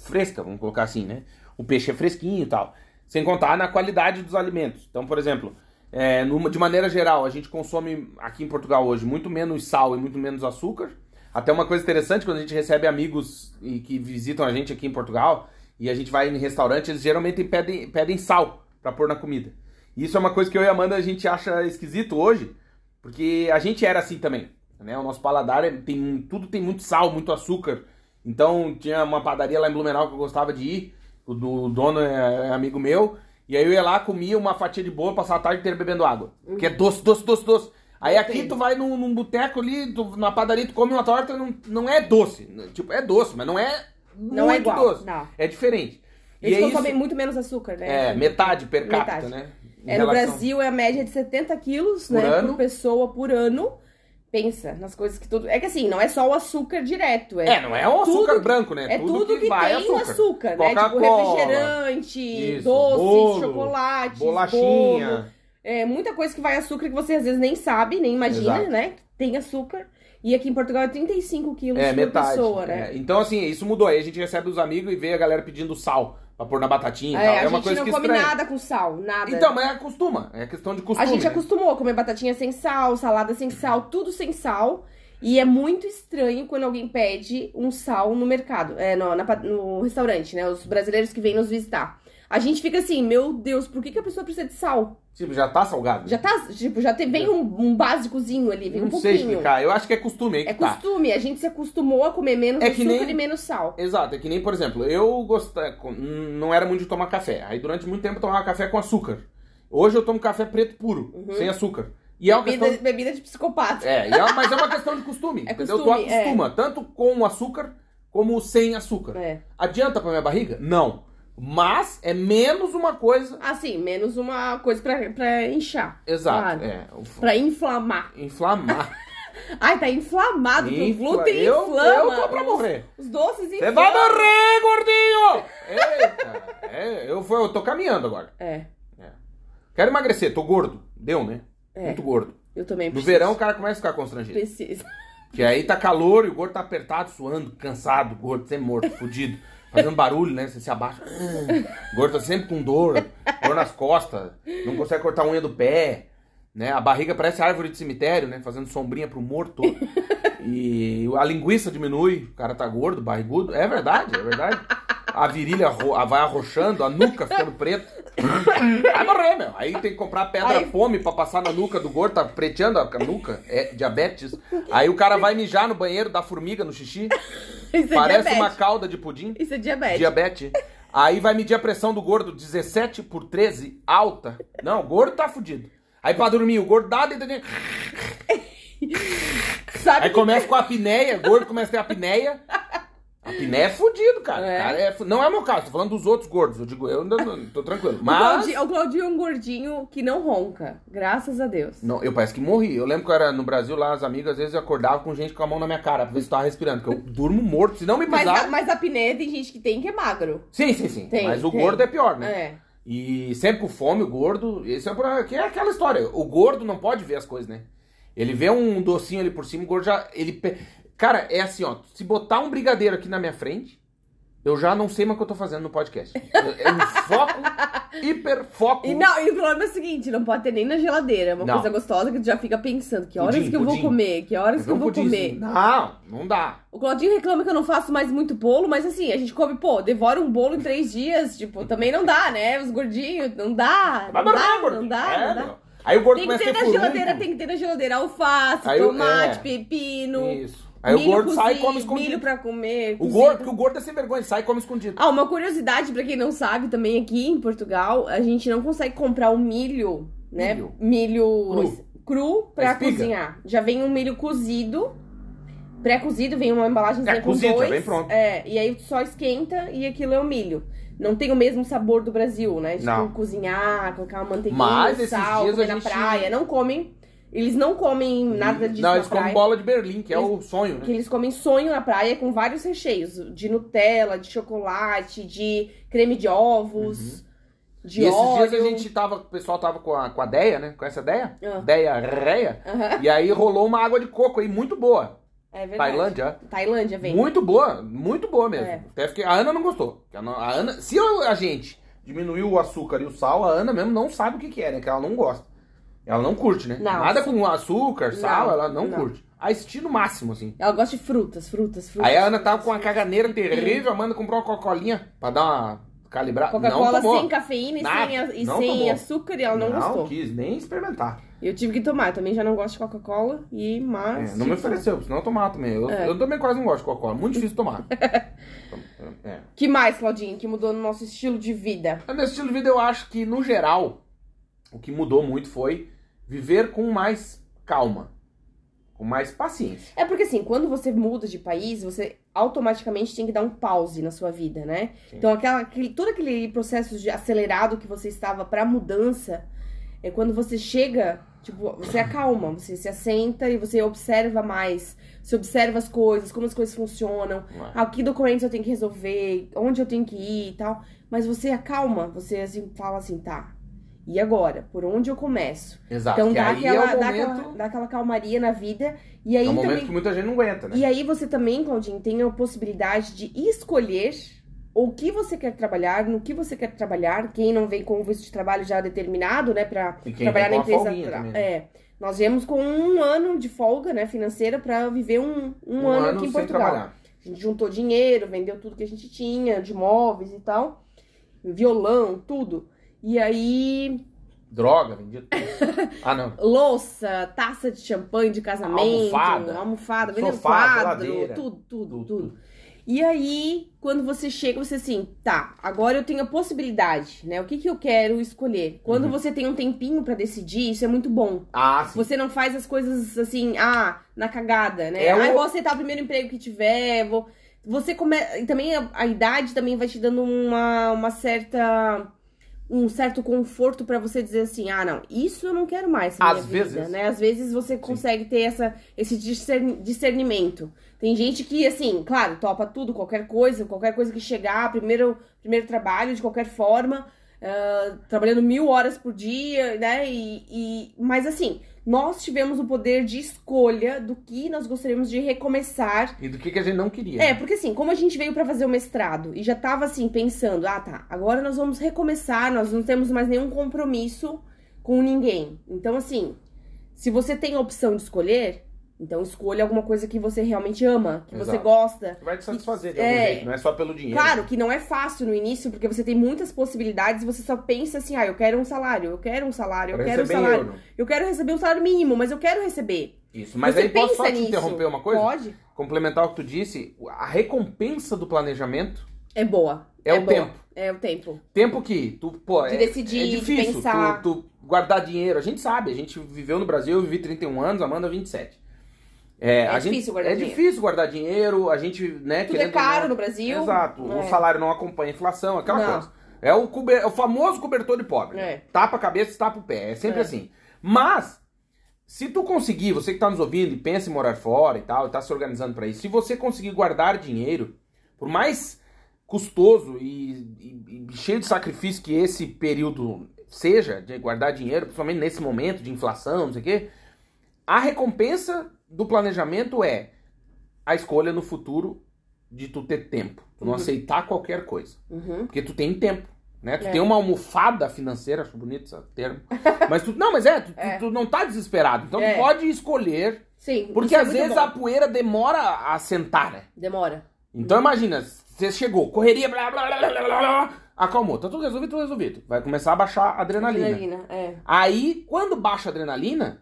A: fresca, vamos colocar assim, né? O peixe é fresquinho e tal. Sem contar na qualidade dos alimentos. Então, por exemplo, é, numa- de maneira geral, a gente consome aqui em Portugal hoje muito menos sal e muito menos açúcar. Até uma coisa interessante, quando a gente recebe amigos e que visitam a gente aqui em Portugal e a gente vai em restaurante, eles geralmente pedem, pedem sal pra pôr na comida. E isso é uma coisa que eu e a Amanda a gente acha esquisito hoje, porque a gente era assim também, né? O nosso paladar é- tem tudo tem muito sal, muito açúcar. Então tinha uma padaria lá em Blumenau que eu gostava de ir, o do o dono é, é amigo meu, e aí eu ia lá, comia uma fatia de bolo, passava a tarde inteira bebendo água, porque é doce, doce, doce, doce. Aí aqui
C: Uhum. Entendo.
A: tu vai num, num boteco ali, tu, numa padaria, tu come uma torta, não, não é doce. Tipo, é doce, mas não é
C: Não
A: muito
C: é igual.
A: doce.
C: Não.
A: É diferente.
C: Eles
A: e é
C: consomem
A: isso,
C: muito menos açúcar, né?
A: é, metade per capita,
C: Metade.
A: né? em
C: É, no
A: relação-
C: Brasil é a média de 70 quilos,
A: Por
C: né?
A: ano.
C: Por pessoa por ano. Pensa nas coisas que tudo. É que assim, não é só o açúcar direto.
A: É, não é o açúcar
C: tudo-
A: branco, né?
C: É tudo, que,
A: vai
C: tem
A: é
C: açúcar, açúcar né? Tipo
A: Coca-Cola,
C: refrigerante,
A: Isso,
C: doces,
A: bolo,
C: chocolates, bolo.
A: bolachinha.
C: É, muita coisa que vai açúcar que você às vezes nem sabe, nem imagina,
A: Exato.
C: né? que Tem açúcar. E aqui em Portugal é 35 quilos
A: É,
C: por
A: metade.
C: pessoa, né?
A: É, Então, assim, isso mudou. Aí a gente recebe os amigos e vê a galera pedindo sal pra pôr na batatinha e
C: É,
A: tal.
C: a
A: É uma
C: gente
A: coisa
C: não
A: que
C: come
A: estranha.
C: nada com sal, nada.
A: Então, mas acostuma. É questão de
C: a
A: costume.
C: gente
A: né?
C: acostumou a comer batatinha sem sal, salada sem sal, tudo sem sal. E é muito estranho quando alguém pede um sal no mercado, é, no, na pa- no restaurante, né? Os brasileiros que vêm nos visitar. A gente fica assim, meu Deus, por que, que a pessoa precisa de sal?
A: Tipo, já tá salgado.
C: Já tá, tipo, já tem, vem um, um básicozinho ali, vem
A: É. Não
C: um pouquinho.
A: sei explicar. Eu acho que é costume aí que
C: É
A: tá.
C: costume, a gente se acostumou a comer menos
A: É que
C: açúcar
A: nem-
C: e menos sal.
A: Exato, é que nem, por exemplo, eu gostava, não era muito de tomar café. Aí durante muito tempo eu tomava café com açúcar. Hoje eu tomo café preto puro, sem açúcar. E é uma
C: Uhum. Bebida,
A: questão.
C: bebida de psicopata.
A: É, e é uma- mas é uma questão de costume,
C: É
A: entendeu? tu
C: costume, é.
A: acostuma, tanto com o açúcar como sem açúcar.
C: É.
A: Adianta pra minha barriga? Não. Mas é menos uma coisa.
C: Assim, menos uma coisa pra, pra inchar.
A: Exato.
C: Claro.
A: É.
C: Pra inflamar. (laughs)
A: Inflamar.
C: Ai, tá inflamado. porque o
A: Infla-
C: glúten
A: eu-
C: inflama.
A: eu tô pra
C: os-
A: morrer.
C: Os, doces
A: Você
C: inflamam.
A: vai morrer, gordinho! Eita! É, eu, fui- eu tô caminhando agora.
C: É,
A: Quero emagrecer, tô gordo. Deu, né?
C: É.
A: Muito gordo.
C: eu também
A: No
C: preciso.
A: verão o cara começa a ficar constrangido.
C: Preciso. (laughs)
A: Que aí tá calor e o gordo tá apertado, suando, cansado, gordo, sempre morto, fudido. Fazendo barulho, né? Você se abaixa. O gordo tá sempre com dor, dor nas costas, não consegue cortar a unha do pé, né? A barriga parece árvore de cemitério, né? Fazendo sombrinha pro morto. E a linguiça diminui, o cara tá gordo, barrigudo. É verdade, é verdade. A virilha arro- a- vai arrochando, a nuca ficando preta. Vai morrer, meu. Aí tem que comprar pedra
C: Aí-
A: fome pra passar na nuca do gordo, tá preteando a nuca, é diabetes. Aí o cara vai mijar
C: (laughs)
A: no banheiro, dá formiga no xixi,
C: Isso é
A: parece
C: diabetes.
A: uma cauda de pudim.
C: Isso é diabetes.
A: Diabetes. Aí vai medir a pressão do gordo 17 por 13, alta. Não, o gordo tá fudido. Aí pra dormir, o gordo dá deitadinho.
C: Sabe?
A: Aí
C: que-
A: começa É com a apneia, o gordo começa a ter apneia. A (laughs) apneia é fudido, cara.
C: É.
A: Cara, é fu- Não é meu caso, tô falando dos outros gordos. Eu digo, eu ainda não, tô tranquilo.
C: O
A: Mas.
C: Claudinho- O Claudinho é um gordinho que não ronca. Graças a Deus.
A: Não, eu parece que morri. Eu lembro que eu era no Brasil lá, as amigas, às vezes eu acordava com gente com a mão na minha cara pra ver se eu tava respirando, porque eu durmo morto. Se não me
C: Mas, a,
A: pisar.
C: mas a apneia tem gente que tem que é magro.
A: Sim, sim, sim.
C: Tem,
A: mas o
C: tem.
A: gordo é pior, né?
C: É.
A: E sempre com fome, o gordo. Esse é, pra, que é aquela história. O gordo não pode ver as coisas, né? Ele vê um docinho ali por cima, o gordo já. Ele pe- Cara, é assim, ó. Se botar um brigadeiro aqui na minha frente, eu já não sei mais o que eu tô fazendo no podcast. Eu, eu foco,
C: (laughs)
A: hiperfoco.
C: E não, e o problema é o seguinte, não pode ter nem na geladeira. É uma
A: Não.
C: coisa gostosa que tu já fica pensando, que horas
A: Pudim,
C: que eu vou
A: pudim. um
C: comer, que horas que eu vou comer.
A: Não, não dá.
C: O Claudinho reclama que eu não faço mais muito bolo, mas assim, a gente come, pô, devora um bolo em três dias, tipo, também não dá, né? Os gordinhos, não dá, não
A: Mas não,
C: dá,
A: gordo.
C: não dá,
A: É,
C: não dá.
A: não. Aí o gordo
C: Tem que
A: começa
C: ter
A: a
C: na
A: ter
C: geladeira,
A: furúnculo.
C: tem que ter na geladeira alface,
A: Aí eu-
C: tomate,
A: é.
C: pepino,
A: Isso. Aí o
C: milho
A: gordo sai e
C: cozido,
A: come escondido.
C: milho pra comer.
A: O
C: cozido.
A: gordo, porque o gordo é sem vergonha, ele sai e come escondido.
C: Ah, uma curiosidade pra quem não sabe também aqui em Portugal, a gente não consegue comprar o milho, né?
A: Milho.
C: Milho,
A: Cru.
C: cru. pra
A: Espiga.
C: cozinhar. Já vem um milho cozido, pré-cozido, vem uma embalagem
A: É, cozido,
C: com
A: já
C: dois.
A: vem pronto.
C: É, e aí só esquenta e aquilo é o milho. Não tem o mesmo sabor do Brasil, né? Tipo,
A: Não.
C: cozinhar, colocar uma manteiguinha,
A: Mas esses
C: sal,
A: dias a
C: comer na
A: gente-
C: praia. Não comem. Eles não comem nada disso
A: Não,
C: na
A: eles comem
C: praia.
A: bola de Berlim, que é o sonho, né?
C: Que eles comem sonho na praia com vários recheios. De Nutella, de chocolate, de creme de ovos, de
A: Uhum. e esses
C: óleo.
A: dias a gente tava, o pessoal tava com a, com a Deia, né? Com essa Deia?
C: Ah.
A: Deia Reia.
C: Aham,
A: E aí rolou uma água de coco aí, muito boa.
C: é verdade.
A: Tailândia.
C: Tailândia, vem.
A: Muito boa, muito boa mesmo.
C: É.
A: Até fiquei, a Ana não gostou. A Ana- a Ana, se eu- a gente diminuiu o açúcar e o sal, a Ana mesmo não sabe o que, que é, né? Que ela não gosta. Ela não curte, né?
C: Não.
A: Nada com açúcar, sal,
C: Não,
A: ela não,
C: não.
A: curte. Aí assisti no máximo, assim.
C: Ela gosta de frutas, frutas, frutas.
A: Aí a Ana tava com uma caganeira terrível, a Amanda comprou uma Coca-Colinha pra dar uma calibrada. não
C: Coca-Cola
A: tomou.
C: sem cafeína e
A: Nada,
C: sem, a- e
A: não
C: sem
A: tomou.
C: açúcar e ela não, gostou.
A: quis nem experimentar.
C: Eu tive que tomar, eu também já não gosto de Coca-Cola, e
A: É,
C: mas.
A: não me ofereceu, senão eu tomava também. Eu,
C: É.
A: eu também quase não gosto de Coca-Cola, muito difícil
C: (laughs)
A: tomar. Então, é.
C: Que mais, Claudinho, que mudou no nosso estilo de vida?
A: Mas Nesse estilo de vida, eu acho que, no geral, o que mudou muito foi viver com mais calma, com mais paciência.
C: É porque assim, quando você muda de país, você automaticamente tem que dar um pause na sua vida, né?
A: Sim.
C: Então, aquela, aquele, todo aquele processo de acelerado que você estava pra mudança, é quando você chega, tipo, você acalma, você se assenta e você observa mais, você observa as coisas, como as coisas funcionam,
A: não é?
C: ah, que documentos eu tenho que resolver, onde eu tenho que ir e tal. Mas você acalma, você assim fala assim, tá. E agora? Por onde eu começo?
A: Exato.
C: Então
A: que
C: dá
A: aí
C: aquela,
A: é o
C: dá, aquela,
A: momento,
C: dá aquela calmaria na vida. E aí
A: é um momento
C: também
A: que muita gente não aguenta, né?
C: e aí você também, Claudinho, tem a possibilidade de escolher o que você quer trabalhar, no que você quer trabalhar. Quem não vem com o visto de trabalho já determinado, né, para
A: E quem
C: trabalhar
A: vem com
C: na
A: a
C: empresa.
A: folguinha também, né?
C: É. Nós viemos com um ano de folga, né, financeira para viver um, um, ano, aqui
A: sem
C: em Portugal.
A: trabalhar.
C: A gente juntou dinheiro, vendeu tudo que a gente tinha, de móveis e tal, violão, tudo. E aí,
A: Droga, vendido.
C: (laughs)
A: ah, não.
C: louça, taça de champanhe de casamento,
A: Almofada.
C: almofada vendeu
A: Sofá,
C: quadro,
A: geladeira.
C: tudo, tudo, tudo. E aí, quando você chega, você assim, tá, agora eu tenho a possibilidade, né? O que, que eu quero escolher? Quando
A: Uhum.
C: você tem um tempinho pra decidir, isso é muito bom.
A: Ah, sim.
C: Você não faz as coisas assim, ah, na cagada, né?
A: É
C: ah,
A: o-
C: eu vou aceitar o primeiro emprego que tiver, vou... Você come... E também a, a idade também vai te dando uma, uma certa... Um certo conforto pra você dizer assim, ah, não, isso eu não quero mais. na
A: Às
C: minha
A: vezes.
C: Vida, né? Às vezes você consegue ter essa, esse discer- discernimento. Tem gente que, assim, claro, topa tudo, qualquer coisa, qualquer coisa que chegar, primeiro, primeiro trabalho, de qualquer forma, ah, trabalhando mil horas por dia, né? E, e- mas assim, nós tivemos o poder de escolha do que nós gostaríamos de recomeçar.
A: E do que, que a gente não queria. né?
C: É, porque assim, como a gente veio pra fazer o mestrado e já tava assim, pensando, ah tá, agora nós vamos recomeçar, nós não temos mais nenhum compromisso com ninguém. Então, assim, se você tem a opção de escolher, então escolha alguma coisa que você realmente ama, que você
A: Exato.
C: gosta.
A: Vai te satisfazer de algum
C: É.
A: jeito, não é só pelo dinheiro.
C: Claro que não é fácil no início, porque você tem muitas possibilidades, você só pensa assim, ah, eu quero um salário, eu quero um salário, eu
A: Pra
C: quero um
A: receber
C: salário.
A: euro.
C: Eu quero receber um salário mínimo, mas eu quero receber.
A: Isso, mas
C: você
A: aí posso só
C: pensa
A: te
C: nisso.
A: interromper uma coisa?
C: Pode?
A: Complementar o que tu disse, a recompensa do planejamento
C: É boa.
A: É o
C: boa.
A: tempo.
C: É o tempo.
A: Tempo que tu, pô,
C: De
A: é,
C: decidir,
A: é
C: de
A: difícil tu-
C: pensar.
A: Tu, guardar dinheiro. A gente sabe, a gente viveu no Brasil, eu vivi 31 anos, Amanda 27. É, a gente-
C: difícil guardar
A: é
C: dinheiro.
A: difícil guardar dinheiro, a gente, né,
C: Tudo é
A: querendo ou
C: caro
A: não-
C: no Brasil.
A: Exato, o
C: É.
A: salário não acompanha a inflação, aquela
C: Não.
A: coisa. É o, cobe- é o famoso cobertor de pobre.
C: É.
A: Tapa a cabeça, tapa o pé, é sempre
C: É.
A: assim. Mas, se tu conseguir, você que tá nos ouvindo e pensa em morar fora e tal, e tá se organizando pra isso, se você conseguir guardar dinheiro, por mais custoso e, e- e cheio de sacrifício que esse período seja, de guardar dinheiro, principalmente nesse momento de inflação, não sei o quê, a recompensa do planejamento é a escolha no futuro de tu ter tempo. Tu não
C: Uhum.
A: aceitar qualquer coisa.
C: Uhum.
A: Porque tu tem tempo. Né? Tu
C: É.
A: tem uma almofada financeira, acho bonito esse
C: (laughs)
A: termo. Mas tu. Não, mas é, tu, tu-
C: É.
A: tu não tá desesperado. Então
C: É.
A: tu pode escolher.
C: Sim.
A: Porque
C: isso é
A: às
C: muito
A: vezes
C: bom.
A: a poeira demora a sentar, né?
C: Demora.
A: Então imagina, você chegou, correria, blá blá blá blá blá blá, acalmou. Tá tudo resolvido, tudo resolvido. Vai começar a baixar a adrenalina.
C: é.
A: Aí, quando baixa a adrenalina,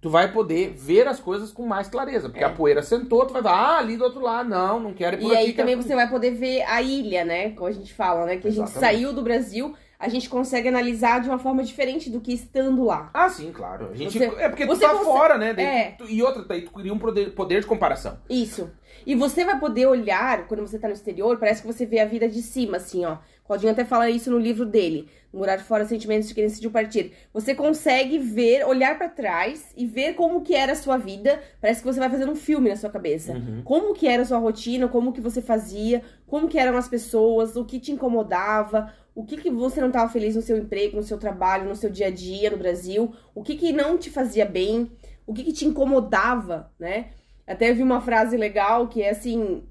A: tu vai poder ver as coisas com mais clareza. Porque
C: É.
A: a poeira sentou, tu vai falar, ah, ali do outro lado, não, não quero ir É por
C: E
A: aqui.
C: aí também
A: quero-
C: você vai poder ver a ilha, né? Como a gente fala, né? Que a gente
A: Exatamente.
C: saiu do Brasil, a gente consegue analisar de uma forma diferente do que estando lá.
A: Ah, sim, claro. A gente...
C: Você-
A: É porque tu
C: você
A: tá
C: consegue-
A: fora, né? Daí
C: É.
A: tu- E outra, daí tu cria um poder, poder de comparação.
C: Isso. E você vai poder olhar, quando você tá no exterior, parece que você vê a vida de cima, assim, ó. Claudinho até fala isso no livro dele, Morar Fora Sentimentos de Quem Decidiu Partir. Você consegue ver, olhar pra trás e ver como que era a sua vida. Parece que você vai fazendo um filme na sua cabeça.
A: Uhum.
C: Como que era a sua rotina, como que você fazia, como que eram as pessoas, o que te incomodava, o que que você não tava feliz no seu emprego, no seu trabalho, no seu dia a dia no Brasil, o que que não te fazia bem, o que que te incomodava, né? Até vi uma frase legal que é assim,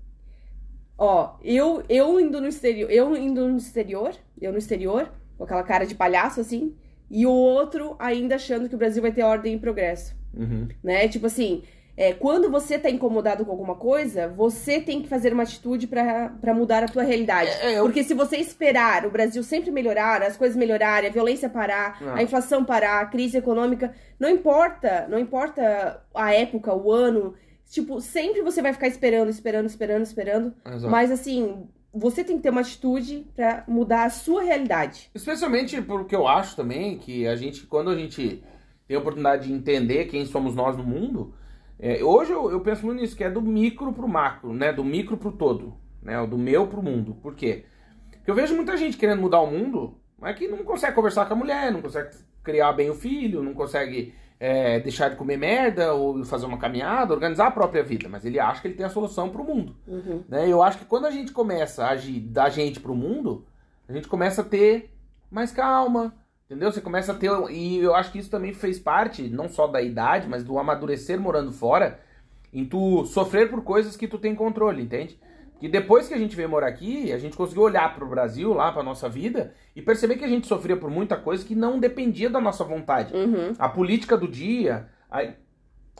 C: ó, eu eu indo no exterior, eu indo no exterior, eu no exterior, com aquela cara de palhaço assim, e o outro ainda achando que o Brasil vai ter ordem e progresso, né? Tipo assim, é, quando você tá incomodado com alguma coisa, você tem que fazer uma atitude pra pra mudar a tua realidade.
A: É, é, eu-
C: Porque se você esperar o Brasil sempre melhorar, as coisas melhorarem, a violência parar,
A: Ah.
C: a inflação parar, a crise econômica, não importa, não importa a época, o ano, tipo, sempre você vai ficar esperando, esperando, esperando, esperando,
A: Exato.
C: mas assim, você tem que ter uma atitude pra mudar a sua realidade.
A: Especialmente porque eu acho também que a gente, quando a gente tem a oportunidade de entender quem somos nós no mundo, é, hoje eu, eu penso muito nisso, que é do micro pro macro, né? Do micro pro todo, né? Do meu pro mundo. Por quê? Porque eu vejo muita gente querendo mudar o mundo, mas que não consegue conversar com a mulher, não consegue criar bem o filho, não consegue é, deixar de comer merda ou fazer uma caminhada, organizar a própria vida. Mas ele acha que ele tem a solução pro mundo
C: Uhum.
A: né? Eu acho que quando a gente começa a agir da gente pro mundo, a gente começa a ter mais calma, entendeu? Você começa a ter um, e eu acho que isso também fez parte não só da idade, mas do amadurecer morando fora, em tu sofrer por coisas que tu tem controle, entende? E depois que a gente veio morar aqui, a gente conseguiu olhar pro Brasil, lá pra nossa vida e perceber que a gente sofria por muita coisa que não dependia da nossa vontade
C: Uhum.
A: a política do dia, a,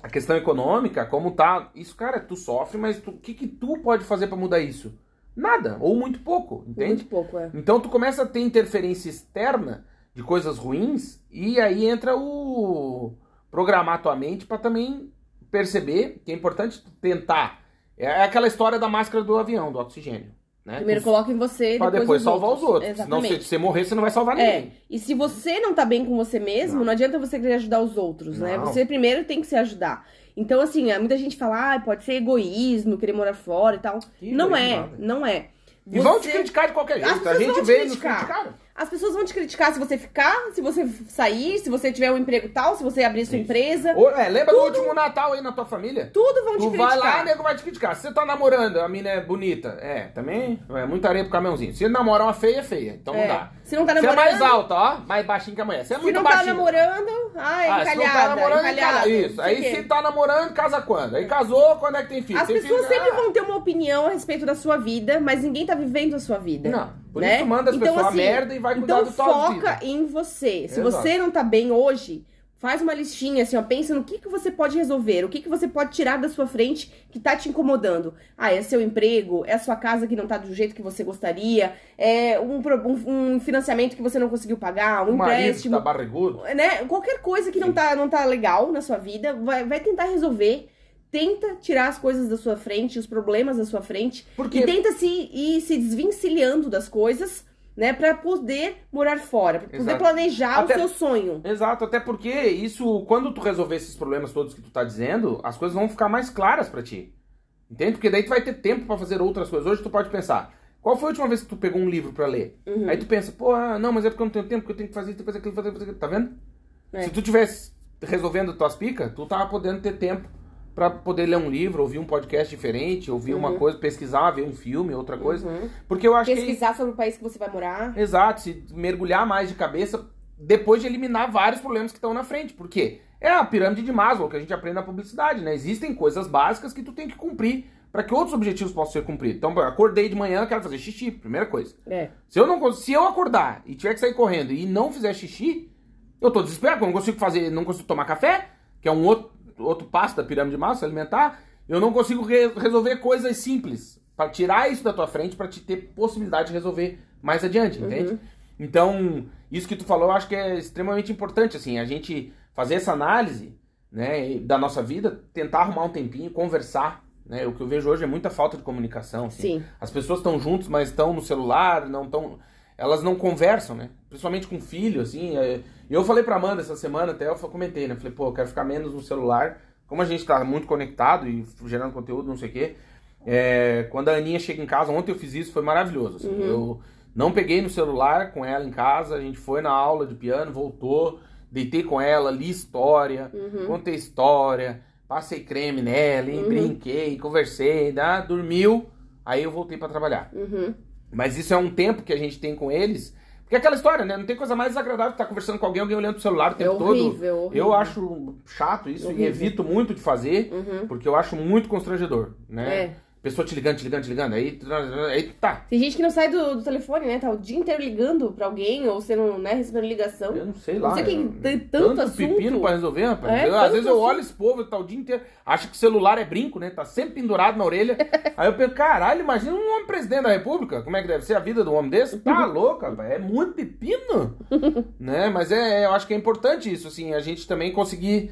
A: a questão econômica, como tá. Isso, cara, tu sofre, mas tu- o que, que tu pode fazer pra mudar isso? Nada, ou muito pouco, entende?
C: Muito pouco, é.
A: Então tu começa a ter interferência externa de coisas ruins, e aí entra o programar tua mente pra também perceber que é importante tu tentar. É aquela história da máscara do avião, do oxigênio. Né?
C: Primeiro
A: tu,
C: coloca em você,
A: pra
C: depois,
A: depois
C: nos
A: salvar os outros. Senão,
C: Exatamente.
A: se você morrer, você não vai salvar
C: É,
A: ninguém.
C: e se você não tá bem com você mesmo,
A: Não.
C: não, adianta você querer ajudar os outros, né?
A: Não.
C: Você primeiro tem que se ajudar. Então, assim, há muita gente fala, ah, pode ser egoísmo, querer morar fora e tal.
A: Que
C: não
A: coisa
C: é,
A: nada.
C: não é.
A: E vão te
C: Você-
A: criticar de qualquer
C: As
A: jeito. A
C: pessoas
A: gente
C: vão te
A: veio nos
C: criticar.
A: criticaram.
C: As pessoas vão te criticar se você ficar, se você sair, se você tiver um emprego tal, se você abrir sua
A: Isso.
C: empresa.
A: Ô, é, lembra do último Natal aí na tua família?
C: Tudo vão
A: Tu
C: te
A: vai lá, né?
C: criticar.
A: nego vai te criticar. Se você tá namorando, a mina é bonita. É, também é muita areia pro caminhãozinho. Se namora uma feia, é feia. Então
C: É.
A: não dá.
C: Se não tá
A: Você é
C: namorando,
A: mais alta, ó. Mais baixinho que a mulher. Você é
C: se
A: muito
C: não tá
A: baixinho.
C: namorando, ai,
A: Ah, se
C: encalhada,
A: não tá namorando,
C: encalhada.
A: encalha-
C: não
A: Isso.
C: sei o
A: Aí
C: quê.
A: se tá namorando, casa quando? Aí casou, quando é que tem filho?
C: As
A: Tem
C: pessoas
A: filho,
C: sempre
A: ah.
C: vão ter uma opinião a respeito da sua vida, mas ninguém tá vivendo a sua vida.
A: Não, por
C: né?
A: isso manda as
C: Então,
A: pessoas
C: assim,
A: a merda e vai cuidar
C: Então
A: do tal
C: foca em você. Se
A: Exato.
C: você não tá bem hoje, faz uma listinha assim, ó, pensa no que, que você pode resolver, o que, que você pode tirar da sua frente que tá te incomodando. Ah, é seu emprego, é a sua casa que não tá do jeito que você gostaria, é um, pro- um- um financiamento que você não conseguiu pagar, um
A: O marido que
C: empréstimo
A: tá barrigudo.
C: né, qualquer coisa que não tá, não tá legal na sua vida, vai, vai tentar resolver. tenta tirar as coisas da sua frente, os problemas da sua frente,
A: Porque
C: e tenta se ir se desvencilhando das coisas, né, Pra poder morar fora, pra poder
A: Exato.
C: planejar
A: Até-
C: o seu sonho.
A: Exato, até porque isso, quando tu resolver esses problemas todos que tu tá dizendo, as coisas vão ficar mais claras pra ti. Entende? Porque daí tu vai ter tempo pra fazer outras coisas. Hoje tu pode pensar, qual foi a última vez que tu pegou um livro pra ler?
C: Uhum.
A: Aí tu pensa, pô, ah, não, mas é porque eu não tenho tempo, porque eu tenho que fazer isso, tenho que fazer aquilo, fazer, fazer aquilo. Tá vendo?
C: É.
A: Se tu tivesse resolvendo tuas picas, tu tava podendo ter tempo pra poder ler um livro, ouvir um podcast diferente, ouvir uma
C: Uhum.
A: coisa, pesquisar, ver um filme, outra coisa.
C: Uhum.
A: Porque eu acho que... é
C: Pesquisar sobre o país que você vai morar.
A: Exato, se mergulhar mais de cabeça depois de eliminar vários problemas que estão na frente. Por quê? É a pirâmide de Maslow que a gente aprende na publicidade, né? Existem coisas básicas que tu tem que cumprir para que outros objetivos possam ser cumpridos. Então, eu acordei de manhã, quero fazer xixi, primeira coisa.
C: É.
A: Se eu não cons- se eu acordar e tiver que sair correndo e não fizer xixi, eu tô desesperado, eu não consigo fazer, não consigo tomar café, que é um outro, outro passo da pirâmide de massa, alimentar, eu não consigo re- resolver coisas simples Pra tirar isso da tua frente pra te ter possibilidade de resolver mais adiante, entende? Então, isso que tu falou, eu acho que é extremamente importante assim, a gente fazer essa análise, né, e- da nossa vida, tentar arrumar um tempinho, conversar, né? O que eu vejo hoje é muita falta de comunicação, assim.
C: Sim.
A: As pessoas estão juntos, mas estão no celular, não estão. Elas não conversam, né? Principalmente com filho, assim. é- E eu falei pra Amanda essa semana, até eu fa- comentei, né? Falei, pô, eu quero ficar menos no celular. Como a gente tá muito conectado e f- gerando conteúdo, não sei o quê. é, Quando a Aninha chega em casa, ontem eu fiz isso, foi maravilhoso.
C: Uhum.
A: assim. Eu não peguei no celular com ela em casa, a gente foi na aula de piano, voltou, deitei com ela, li história, contei história, passei creme nela, e
C: Uhum.
A: brinquei, conversei, né? dormiu. Aí eu voltei pra trabalhar.
C: Uhum.
A: Mas isso é um tempo que a gente tem com eles. Porque é aquela história, né? Não tem coisa mais desagradável que estar conversando com alguém, alguém olhando pro celular o
C: É
A: tempo todo.
C: horrível, horrível.
A: Eu acho um chato isso e
C: Horrível.
A: evito muito de fazer,
C: Uhum.
A: porque eu acho muito constrangedor, né?
C: É.
A: Pessoa te ligando, te ligando, te ligando, aí, aí tá.
C: Tem gente que não sai do, do telefone, né? Tá o dia inteiro ligando pra alguém ou sendo, né, recebendo ligação.
A: Eu não sei lá.
C: Não sei quem
A: eu-
C: tem tanto assunto.
A: pepino pra resolver, rapaz.
C: É,
A: Eu- às
C: tanto
A: vezes eu olho
C: assunto.
A: esse povo tá o dia inteiro. Acha que o celular é brinco, né? Tá sempre pendurado na
C: (laughs)
A: orelha. Aí eu penso, caralho, imagina um homem presidente da república. Como é que deve ser a vida de um homem desse?
C: (laughs)
A: Tá louco, rapaz. É muito pepino. né? Mas é, é- eu acho que é importante isso, assim, a gente também conseguir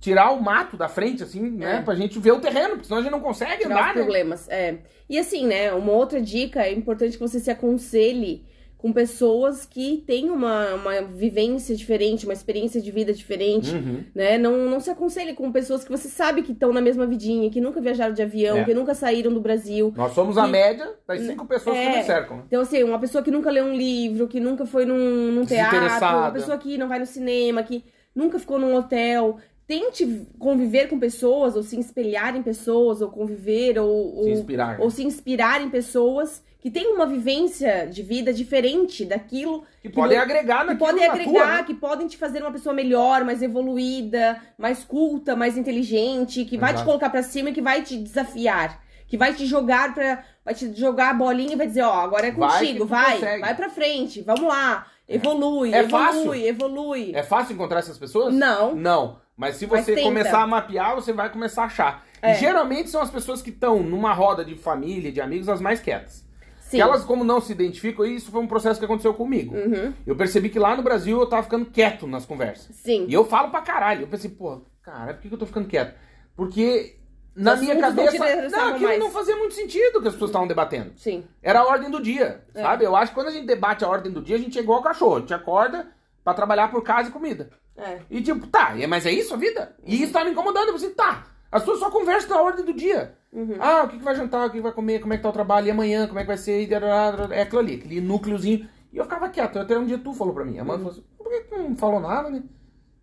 A: tirar o mato da frente, assim, né?
C: É.
A: Pra gente ver o terreno, porque senão a gente não consegue
C: tirar os
A: andar, né?
C: problemas. É. E assim, né? Uma outra dica é importante que você se aconselhe com pessoas que têm uma, uma vivência diferente, uma experiência de vida diferente,
A: Uhum.
C: né? Não, não se aconselhe com pessoas que você sabe que estão na mesma vidinha, que nunca viajaram de avião,
A: É.
C: que nunca saíram do Brasil.
A: Nós somos a
C: E-
A: média das cinco pessoas que
C: É.
A: nos cercam. né?
C: Então, assim, uma pessoa que nunca leu um livro, que nunca foi num, num teatro,
A: Desinteressada.
C: uma pessoa que não vai no cinema, que nunca ficou num hotel. Tente conviver com pessoas, ou se espelhar em pessoas, ou conviver, ou-
A: Se
C: ou
A: inspirar. né?
C: ou se inspirar em pessoas que têm uma vivência de vida diferente daquilo
A: que
C: que
A: podem
C: não-
A: agregar
C: que
A: naquilo
C: podem
A: na tua,
C: agregar,
A: né?
C: que podem te fazer uma pessoa melhor, mais evoluída, mais culta, mais inteligente, que vai
A: Exato.
C: te colocar pra cima e que vai te desafiar, que vai te jogar para vai te jogar a bolinha e vai dizer, ó, agora é
A: Vai que
C: contigo,
A: tu
C: vai,
A: consegue.
C: vai, pra frente, vamos lá, evolui,
A: É
C: evolui,
A: fácil?
C: evolui.
A: É fácil encontrar essas pessoas?
C: Não,
A: Não. Mas se
C: Mas
A: você
C: tenta.
A: começar a mapear, você vai começar a achar. E
C: É.
A: geralmente são as pessoas que estão numa roda de família, de amigos, as mais quietas.
C: sim.
A: Que elas, como não se identificam, e isso foi um processo que aconteceu comigo.
C: Uhum,
A: Eu percebi que lá no Brasil eu tava ficando quieto nas conversas.
C: sim.
A: E eu falo pra caralho. Eu pensei, pô, cara, por que que eu tô ficando quieto? Porque na
C: Os
A: minha
C: assuntos não te
A: cabeça. Não,
C: interessavam
A: aquilo
C: mais.
A: não fazia muito sentido que as pessoas estavam debatendo.
C: Sim.
A: Era a ordem do dia,
C: É.
A: sabe? Eu acho que quando a gente debate a ordem do dia, a gente é igual cachorro. A gente acorda pra trabalhar por casa e comida.
C: É.
A: E tipo, tá, é- mas é isso a vida? E isso tá me incomodando. Eu pensei, tá, as pessoas só conversam na ordem do dia.
C: Uhum.
A: Ah, o que, que vai jantar, o que, que vai comer, como é que tá o trabalho, e amanhã, como é que vai ser, e dará, dará, é aquilo ali, aquele núcleozinho. E eu ficava quieto, até um dia tu falou pra mim. A Amanda falou assim, por que tu não falou nada, né?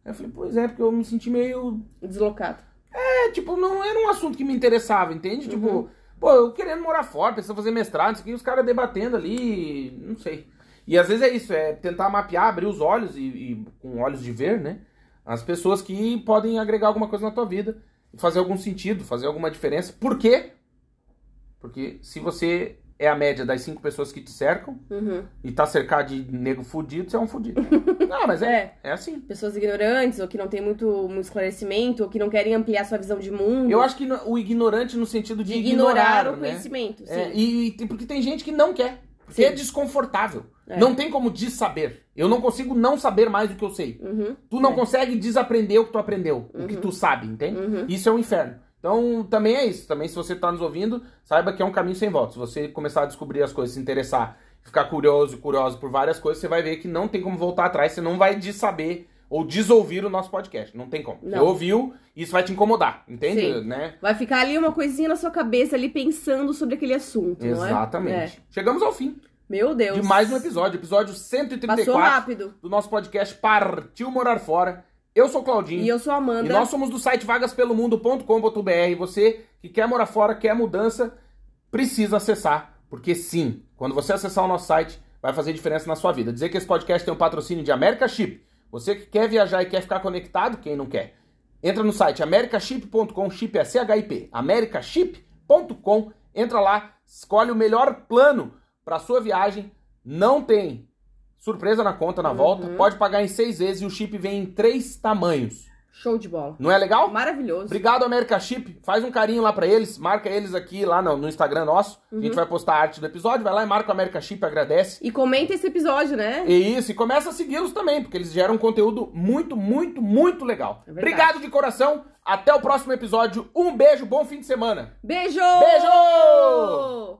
A: Aí eu falei, pois é, porque eu me senti meio
C: Deslocado.
A: é, tipo, não era um assunto que me interessava, entende? Tipo, pô, eu querendo morar fora, precisando fazer mestrado, isso aqui, os caras debatendo ali, não sei. E às vezes é isso, é tentar mapear, abrir os olhos e, e com olhos de ver, né? As pessoas que podem agregar alguma coisa na tua vida, e fazer algum sentido, fazer alguma diferença. Por quê? Porque se você é a média das cinco pessoas que te cercam
C: Uhum.
A: e tá cercado de nego fudido, você é um fudido. não, mas é, é assim.
C: pessoas ignorantes, ou que não tem muito, muito esclarecimento, ou que não querem ampliar sua visão de mundo.
A: Eu acho que no- o ignorante no sentido de,
C: de ignorar, o
A: né?
C: conhecimento.
A: É,
C: sim.
A: e tem- porque tem gente que não quer. Porque
C: Sim.
A: é desconfortável.
C: É.
A: Não tem como desaber. Eu não consigo não saber mais do que eu sei.
C: Uhum,
A: Tu não
C: É.
A: consegue desaprender o que tu aprendeu, o que tu sabe, entende?
C: uhum.
A: Isso é um inferno. Então, também é isso. Também, se você está nos ouvindo, saiba que é um caminho sem volta. Se você começar a descobrir as coisas, se interessar, ficar curioso, curioso por várias coisas, você vai ver que não tem como voltar atrás. Você não vai desaber ou desouvir o nosso podcast. Não tem como.
C: Não.
A: Você ouviu, isso vai te incomodar. Entende?
C: Sim.
A: Né?
C: Vai ficar ali uma coisinha na sua cabeça, ali pensando sobre aquele assunto, não é?
A: Exatamente. Chegamos ao fim
C: É. Meu Deus.
A: de mais um episódio. Episódio 134
C: Passou rápido.
A: do nosso podcast Partiu Morar Fora. Eu sou o Claudinho.
C: E eu sou a Amanda.
A: E nós somos do site vagaspelomundo.com.br. Você que quer morar fora, quer mudança, precisa acessar, porque sim, quando você acessar o nosso site, vai fazer diferença na sua vida. Dizer que esse podcast tem um patrocínio de America Chip. Você que quer viajar e quer ficar conectado, quem não quer? Entra no site americaship.com, chip é C-H-I-P, americaship.com, entra lá, escolhe o melhor plano para sua viagem, não tem surpresa na conta na volta, pode pagar em seis vezes e o chip vem em três tamanhos.
C: Show de bola.
A: Não é legal?
C: Maravilhoso.
A: Obrigado, América Chip. Faz um carinho lá pra eles, marca eles aqui lá no, no Instagram nosso. A
C: Uhum.
A: gente vai postar a arte do episódio, vai lá e marca o América Chip, agradece.
C: E comenta esse episódio, né?
A: E isso, e começa a segui-los também, porque eles geram um conteúdo muito, muito, muito legal.
C: É verdade.
A: Obrigado de coração. Até o próximo episódio. Um beijo, bom fim de semana.
C: Beijo!
A: Beijo!